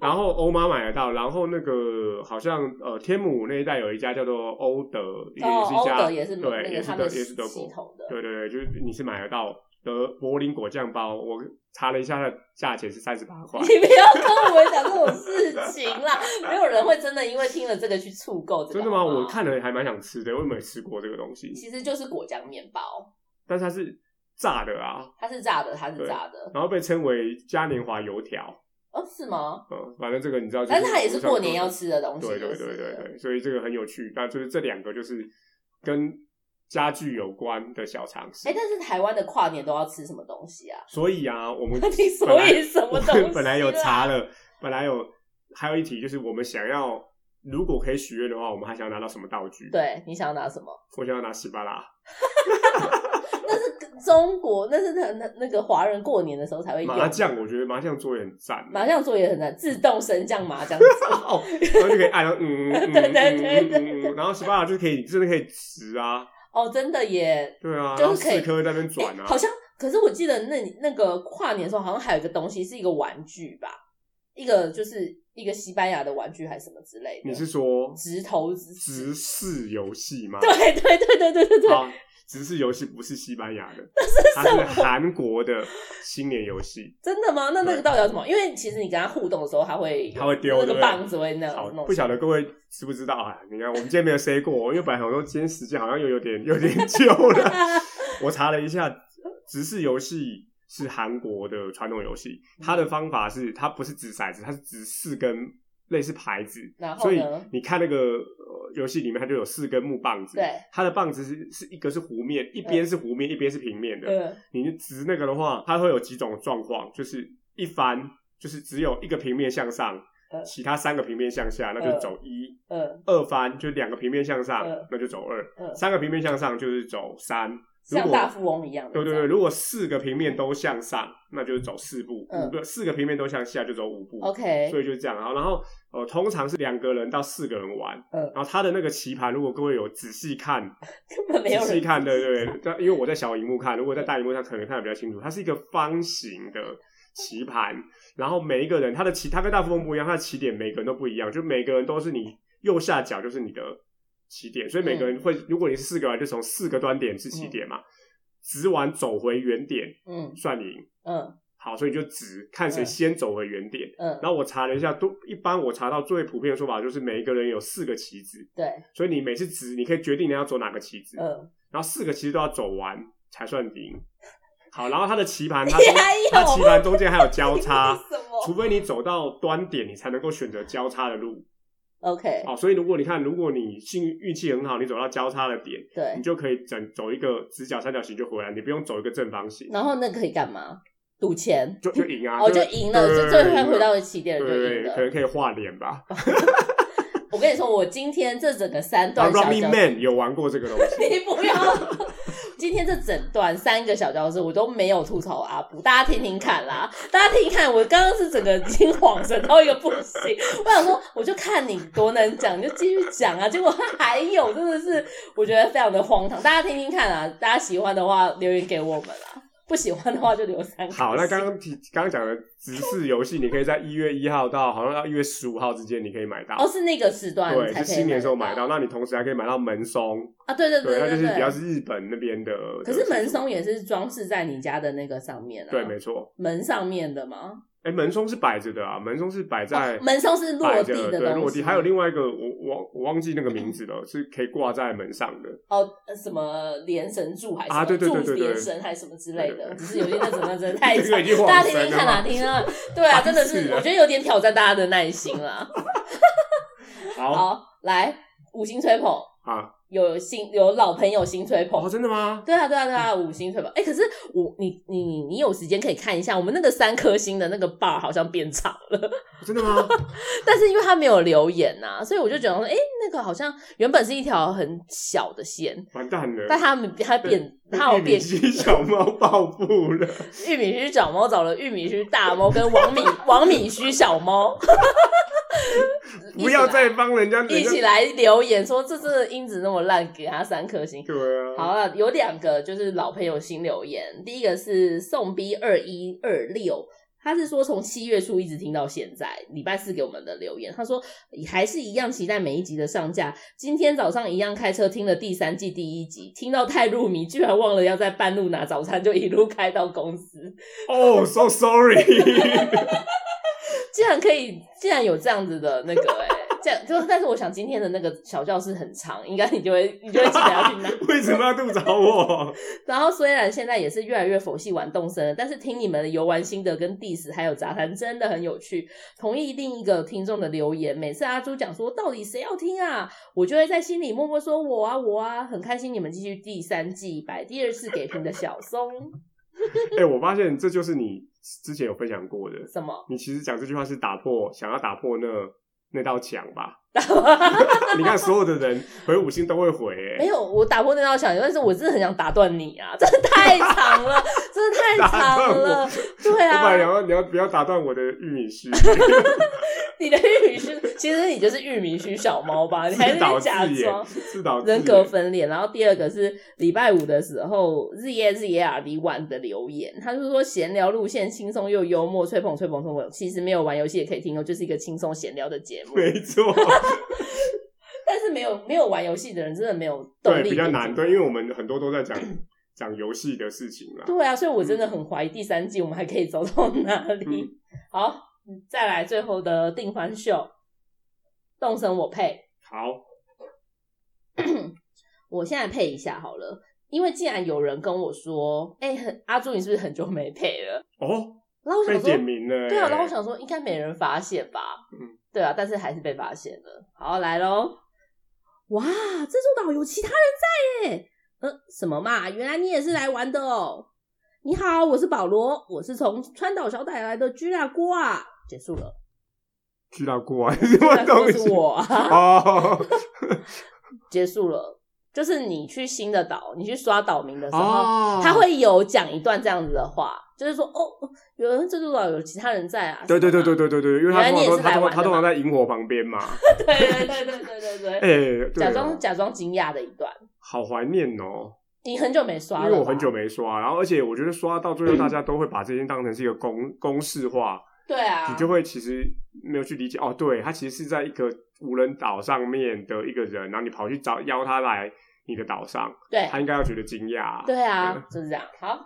Speaker 2: 然后欧妈买得到，然后那个好像呃天母那一带有一家叫做欧德，也
Speaker 1: 哦，
Speaker 2: 是一
Speaker 1: 欧
Speaker 2: 家
Speaker 1: 德也是
Speaker 2: 对，
Speaker 1: 那
Speaker 2: 也
Speaker 1: 个
Speaker 2: 是
Speaker 1: 他
Speaker 2: 德
Speaker 1: 们
Speaker 2: 也是德国
Speaker 1: 系统的，
Speaker 2: 对对对，就是你是买得到德柏林果酱包，我查了一下，它的价钱是三十八 块。
Speaker 1: 你不要跟我们讲这种事情啦，没有人会真的因为听了这个去促购这个。
Speaker 2: 真的吗？
Speaker 1: 好不好
Speaker 2: 我，看了还蛮想吃的，我也没吃过这个东西，
Speaker 1: 其实就是果酱面包，
Speaker 2: 但是它是炸的啊，
Speaker 1: 它是炸的，它是
Speaker 2: 对
Speaker 1: 炸的，
Speaker 2: 然后被称为嘉年华油条。
Speaker 1: 哦，是吗？
Speaker 2: 嗯，反正这个你知道、就
Speaker 1: 但是它也是
Speaker 2: 路上
Speaker 1: 过年要
Speaker 2: 都
Speaker 1: 吃的东西，
Speaker 2: 对对
Speaker 1: 就是
Speaker 2: 对对
Speaker 1: 了
Speaker 2: 对，所以这个很有趣。那就是这两个就是跟家具有关的小常识。
Speaker 1: 哎、但是台湾的跨年都要吃什么东西啊？
Speaker 2: 所以啊，我们
Speaker 1: 你
Speaker 2: 本
Speaker 1: 所
Speaker 2: 来
Speaker 1: 以什么东西
Speaker 2: 我
Speaker 1: 啊？
Speaker 2: 本来有查了，本来有还有一题就是我们想要，如果可以许愿的话，我们还想要拿到什么道具？，
Speaker 1: 对，你想要拿什么？
Speaker 2: 我想要拿喜巴拉。
Speaker 1: 中国那是那那那个华人过年的时候才会用
Speaker 2: 麻将，我觉得麻将桌也很赞。
Speaker 1: 哎麻将桌也很难，自动升降麻将桌。
Speaker 2: 哦，然后就可以按，嗯嗯 嗯
Speaker 1: 对对对
Speaker 2: 嗯嗯嗯，然后喜巴拉就可以真的可以直啊，
Speaker 1: 哦，真的耶，
Speaker 2: 对啊，
Speaker 1: 就是
Speaker 2: 然后
Speaker 1: 可以
Speaker 2: 四颗在那边转
Speaker 1: 诶
Speaker 2: 啊，
Speaker 1: 好像。可是我记得那那个跨年的时候，好像还有一个东西是一个玩具吧，一个就是一个西班牙的玩具还是什么之类的。
Speaker 2: 你是说
Speaker 1: 直头直
Speaker 2: 直视游戏吗？
Speaker 1: 对对对对对对对，
Speaker 2: 好，直视游戏不是西班牙的，它是韩国的新年游戏。
Speaker 1: 真的吗？那那个到底要什么？因为其实你跟他互动的时候，他会
Speaker 2: 他会丢
Speaker 1: 那
Speaker 2: 对不
Speaker 1: 个
Speaker 2: 对
Speaker 1: 棒子会那样
Speaker 2: 好，
Speaker 1: 弄
Speaker 2: 不晓得各位知不知道啊？你看，我们今天没有 say 过，因为本来想说今天时间好像又有点有点 久了。我查了一下，直视游戏是韩国的传统游戏，它的方法是它不是掷骰子，它是掷四根类似牌子，
Speaker 1: 然后
Speaker 2: 所以
Speaker 1: 呢？
Speaker 2: 你看那个呃游戏里面，它就有四根木棒子，
Speaker 1: 对，
Speaker 2: 它的棒子是是一个是弧面，一边是弧面，一边是平面的。
Speaker 1: 嗯，
Speaker 2: 你直那个的话，它会有几种状况，就是一翻就是只有一个平面向上
Speaker 1: 嗯，
Speaker 2: 其他三个平面向下，那
Speaker 1: 呃
Speaker 2: 就走一；
Speaker 1: 嗯，
Speaker 2: 二翻就两个平面向上
Speaker 1: 嗯，
Speaker 2: 那就走二；
Speaker 1: 嗯
Speaker 2: 三个平面向上就是走三。如
Speaker 1: 像
Speaker 2: 果
Speaker 1: 大富翁一样的，
Speaker 2: 对对对，如果四个平面都向上，那就是走四步；
Speaker 1: 嗯
Speaker 2: 五个四个平面都向下就走五步。
Speaker 1: ，OK，
Speaker 2: 所以就是这样。然后，然后呃，通常是两个人到四个人玩。
Speaker 1: 嗯
Speaker 2: 然后他的那个棋盘，如果各位有仔细看，
Speaker 1: 根本没
Speaker 2: 仔
Speaker 1: 有
Speaker 2: 细
Speaker 1: 人
Speaker 2: 看，对对对，但因为我在小荧幕看，如果在大荧幕上可能看的比较清楚，它是一个方形的棋盘，然后每一个人他的棋，他跟大富翁不一样，他的起点每个人都不一样，就每个人都是你右下角就是你的起点，所以每个人会，如果你是四个人，就从四个端点是起点嘛，直玩走回原点
Speaker 1: 嗯
Speaker 2: 算赢。
Speaker 1: 嗯
Speaker 2: 好，所以你就直看谁
Speaker 1: 嗯
Speaker 2: 先走回原点。
Speaker 1: 嗯，
Speaker 2: 然后我查了一下，都一般我查到最普遍的说法就是每一个人有四个棋子，
Speaker 1: 对，
Speaker 2: 所以你每次值你可以决定你要走哪个棋子，
Speaker 1: 嗯，
Speaker 2: 然后四个棋子都要走完才算赢。 好，然后它的棋盘，它
Speaker 1: 你还
Speaker 2: 中它棋
Speaker 1: 有
Speaker 2: 盘中间还有交叉，
Speaker 1: 什
Speaker 2: 除
Speaker 1: 么
Speaker 2: 非你走到端点，你才能够选择交叉的路。哦
Speaker 1: ？OK，
Speaker 2: 好，所以如果你看，如果你幸运运气很好，你走到交叉的点，
Speaker 1: 对
Speaker 2: 你，就可以整走一个直角三角形就回来，你不用走一个正方形，
Speaker 1: 然后那可以干嘛？赌钱，
Speaker 2: 就就赢啊，
Speaker 1: 哦，就赢了，
Speaker 2: 对
Speaker 1: 就最后回到了起点
Speaker 2: 对
Speaker 1: 了，就赢
Speaker 2: 对，可
Speaker 1: 了。
Speaker 2: 能可以画脸吧。
Speaker 1: 我跟你说，我今天这整个三
Speaker 2: 然
Speaker 1: 段
Speaker 2: 后
Speaker 1: 小
Speaker 2: 啊 Running
Speaker 1: 交
Speaker 2: Man 有玩过这个东 西，
Speaker 1: 你不要。今天这整段三个小教室我都没有吐槽阿布，大家听听看啦，大家听听看，我刚刚是整个惊恍神到一个不行，我想说我就看你多能讲，你就继续讲啊，结果他还有，真的是我觉得非常的荒唐，大家听听看啊，大家喜欢的话留言给我们啦，不喜欢的话就留三个。
Speaker 2: 好，那刚刚提刚刚讲的直视游戏，你可以在一月一号到好像到一月十五号之间，你可以买到。
Speaker 1: 哦是那个时段
Speaker 2: 对，
Speaker 1: 才
Speaker 2: 是
Speaker 1: 可以
Speaker 2: 新年的时候买
Speaker 1: 到
Speaker 2: 到。那你同时还可以买到门松，
Speaker 1: 啊，对对
Speaker 2: 对，那
Speaker 1: 对
Speaker 2: 就是比较
Speaker 1: 对。
Speaker 2: 是日本那边的。
Speaker 1: 可
Speaker 2: 的
Speaker 1: 是门松也是装饰在你家的那个上面啊，
Speaker 2: 对，没错。
Speaker 1: 门上面的吗？
Speaker 2: 哎，门松是摆着的啊，门松是摆在
Speaker 1: 哦门松是落
Speaker 2: 摆
Speaker 1: 地
Speaker 2: 着
Speaker 1: 的东
Speaker 2: 对，
Speaker 1: 西，
Speaker 2: 落地。还有另外一个，我我我忘记那个名字了，是可以挂在门上的。
Speaker 1: 哦，呃什么连神柱还是什么
Speaker 2: 啊对对对
Speaker 1: 柱
Speaker 2: 对对
Speaker 1: 连神还是什么之类
Speaker 2: 对对
Speaker 1: 的，
Speaker 2: 对
Speaker 1: 只是有些那种那真的 太
Speaker 2: 这个已经
Speaker 1: 长，
Speaker 2: 晃
Speaker 1: 大家
Speaker 2: 神
Speaker 1: 听听看
Speaker 2: 了
Speaker 1: 啊，听听啊， 对啊，
Speaker 2: 烦
Speaker 1: 真的是
Speaker 2: 死了
Speaker 1: 我觉得有点挑战大家的耐心啦。
Speaker 2: 好
Speaker 1: 好，来五星吹捧，
Speaker 2: 啊，
Speaker 1: 有新有老朋友新吹捧
Speaker 2: 哦，。真的吗？
Speaker 1: 对啊，对啊，对啊，五星吹捧。哎、可是我你你你有时间可以看一下，我们那个三颗星的那个 bar 好像变长了，
Speaker 2: 真的吗？
Speaker 1: 但是因为他没有留言呐、所以我就觉得说，哎、那个好像原本是一条很小的线，
Speaker 2: 完蛋了！
Speaker 1: 但他们他变他有
Speaker 2: 玉米
Speaker 1: 变
Speaker 2: 须小猫报复 了。
Speaker 1: 玉米须小猫找了玉米须大猫跟王米王米须小猫，
Speaker 2: 不要再帮人家人家
Speaker 1: 一起来留言说这次音质那么烂，给他三颗星。
Speaker 2: 对啊，
Speaker 1: 好了，有两个就是老朋友新留言，第一个是宋 B 二一二六。他是说从七月初一直听到现在，礼拜四给我们的留言，他说还是一样期待每一集的上架。今天早上一样开车听了第三季第一集，听到太入迷，居然忘了要在半路拿早餐，就一路开到公司。
Speaker 2: 哦、s o sorry，
Speaker 1: 竟然可以，竟然有这样子的那个哎、这样就但是我想今天的那个小教室很长，应该你就会你就会记得要去拿。
Speaker 2: 为什么要吐槽我？
Speaker 1: 然后虽然现在也是越来越佛系玩动森了，但是听你们的游玩心得跟 diss 还有杂谈真的很有趣。同意另一个听众的留言，每次阿朱讲说到底谁要听啊，我就会在心里默默说我啊我啊，很开心你们继续第三季摆第二次给评的小松
Speaker 2: 哎、我发现这就是你之前有分享过的，
Speaker 1: 什么？
Speaker 2: 你其实讲这句话是打破，想要打破那那道墙 吧？你看所有的人回五星都会回、
Speaker 1: 没
Speaker 2: 哎，
Speaker 1: 有，我打破那道墙，但是我真的很想打断你啊！真的太长了，真的太
Speaker 2: 打
Speaker 1: 长
Speaker 2: 断
Speaker 1: 了
Speaker 2: 我。
Speaker 1: 对
Speaker 2: 我本来想
Speaker 1: 啊，
Speaker 2: 要你要不要打断我的玉米须？
Speaker 1: 你的玉米须，其实你就是玉米须小猫吧？你还
Speaker 2: 自
Speaker 1: 是
Speaker 2: 导
Speaker 1: 假
Speaker 2: 自演，
Speaker 1: 装
Speaker 2: 自导自演
Speaker 1: 人格分裂。然后第二个是礼拜五的时候，日夜日夜 R D 晚的留言，他就是说闲聊路线轻松又幽默，吹捧吹捧吹捧。其实没有玩游戏也可以听哦，就是一个轻松闲聊的节目。
Speaker 2: 没 错，
Speaker 1: 但是没有没有玩游戏的人真的没有动
Speaker 2: 对，
Speaker 1: 力
Speaker 2: 比较难，
Speaker 1: 跟
Speaker 2: 对，因为我们很多都在讲讲游戏的事情啦。
Speaker 1: 对啊，所以我真的很怀疑第三季我们还可以走到哪里。
Speaker 2: 嗯
Speaker 1: 好，再来最后的定番秀，动身我配，
Speaker 2: 好，
Speaker 1: 我现在配一下好了，因为既然有人跟我说，哎、很阿朱你是不是很久没配了？
Speaker 2: 哦，
Speaker 1: 然后我
Speaker 2: 被
Speaker 1: 想
Speaker 2: 点
Speaker 1: 说，啊
Speaker 2: 名了、哎
Speaker 1: 对啊，然后我想说应该没人发现吧，
Speaker 2: 嗯，
Speaker 1: 对啊，但是还是被发现了。好，来喽！哇，这座岛有其他人在耶！呃，什么嘛？原来你也是来玩的哦。你好，我是保罗，我是从川岛小岛来的居拉锅啊。结束 了，
Speaker 2: 巨大锅啊，什么东
Speaker 1: 是
Speaker 2: 西？
Speaker 1: 我啊。
Speaker 2: 哦
Speaker 1: 结束了，就是你去新的岛，你去刷岛民的时候，
Speaker 2: 哦，
Speaker 1: 他会有讲一段这样子的话，就是说哦，有人这座岛有其他人在啊。
Speaker 2: 对对对对
Speaker 1: 对
Speaker 2: 对对对，因为
Speaker 1: 原来
Speaker 2: 他
Speaker 1: 你
Speaker 2: 通
Speaker 1: 也是
Speaker 2: 常都
Speaker 1: 来
Speaker 2: 他通常
Speaker 1: 玩的
Speaker 2: 他通常
Speaker 1: 嘛
Speaker 2: 在萤火旁 边嘛，
Speaker 1: 对对对对对对
Speaker 2: 哎、
Speaker 1: 对，
Speaker 2: 对
Speaker 1: 假
Speaker 2: 哦
Speaker 1: 装，假装惊讶的一段。
Speaker 2: 好怀念哦，
Speaker 1: 你很久没刷
Speaker 2: 因
Speaker 1: 了吧，
Speaker 2: 为我很久没刷，然后而且我觉得刷到最后，大家都会把这件当成是一个公公式化，
Speaker 1: 对啊，
Speaker 2: 你就会其实没有去理解哦，对他其实是在一个无人岛上面的一个人，然后你跑去找邀他来你的岛上，
Speaker 1: 对
Speaker 2: 他应该要觉得惊讶。，
Speaker 1: 对啊，就是这样。好，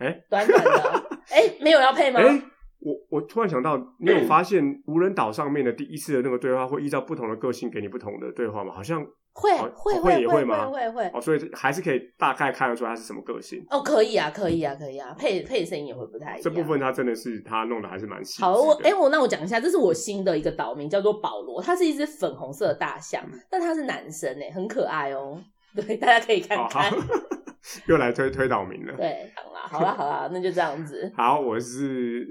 Speaker 2: 哎
Speaker 1: 短短的，哎，没有要配吗？嗯
Speaker 2: 哎，我我突然想到，你有发现无人岛上面的第一次的那个对话会依照不同的个性给你不同的对话吗？好像
Speaker 1: 会
Speaker 2: 哦
Speaker 1: 会
Speaker 2: 会
Speaker 1: 会
Speaker 2: 也
Speaker 1: 会
Speaker 2: 会吗
Speaker 1: 会会
Speaker 2: 哦，所以还是可以大概看得出他是什么个性。
Speaker 1: 哦，可以啊，可以啊，可以啊，配配声音也会不太一样。
Speaker 2: 这部分他真的是他弄的还是蛮细致的。
Speaker 1: 好，我哎、我那我讲一下，这是我新的一个岛名，叫做保罗，它是一只粉红色的大象，
Speaker 2: 嗯
Speaker 1: 但它是男生哎、很可爱哦、 对，大家可以看
Speaker 2: 哦
Speaker 1: 看。
Speaker 2: 好， 又来推推倒名了。
Speaker 1: 对，好 啦，好啦，好啦，那就这样子。
Speaker 2: 好，我是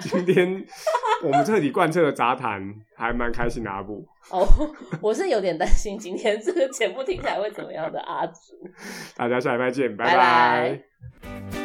Speaker 2: 今天我们彻底贯彻了杂谈，还蛮开心的阿布。
Speaker 1: 哦，我是有点担心今天这个节目听起来会怎么样的阿祖。
Speaker 2: 大家下礼拜见，拜
Speaker 1: 拜拜
Speaker 2: 拜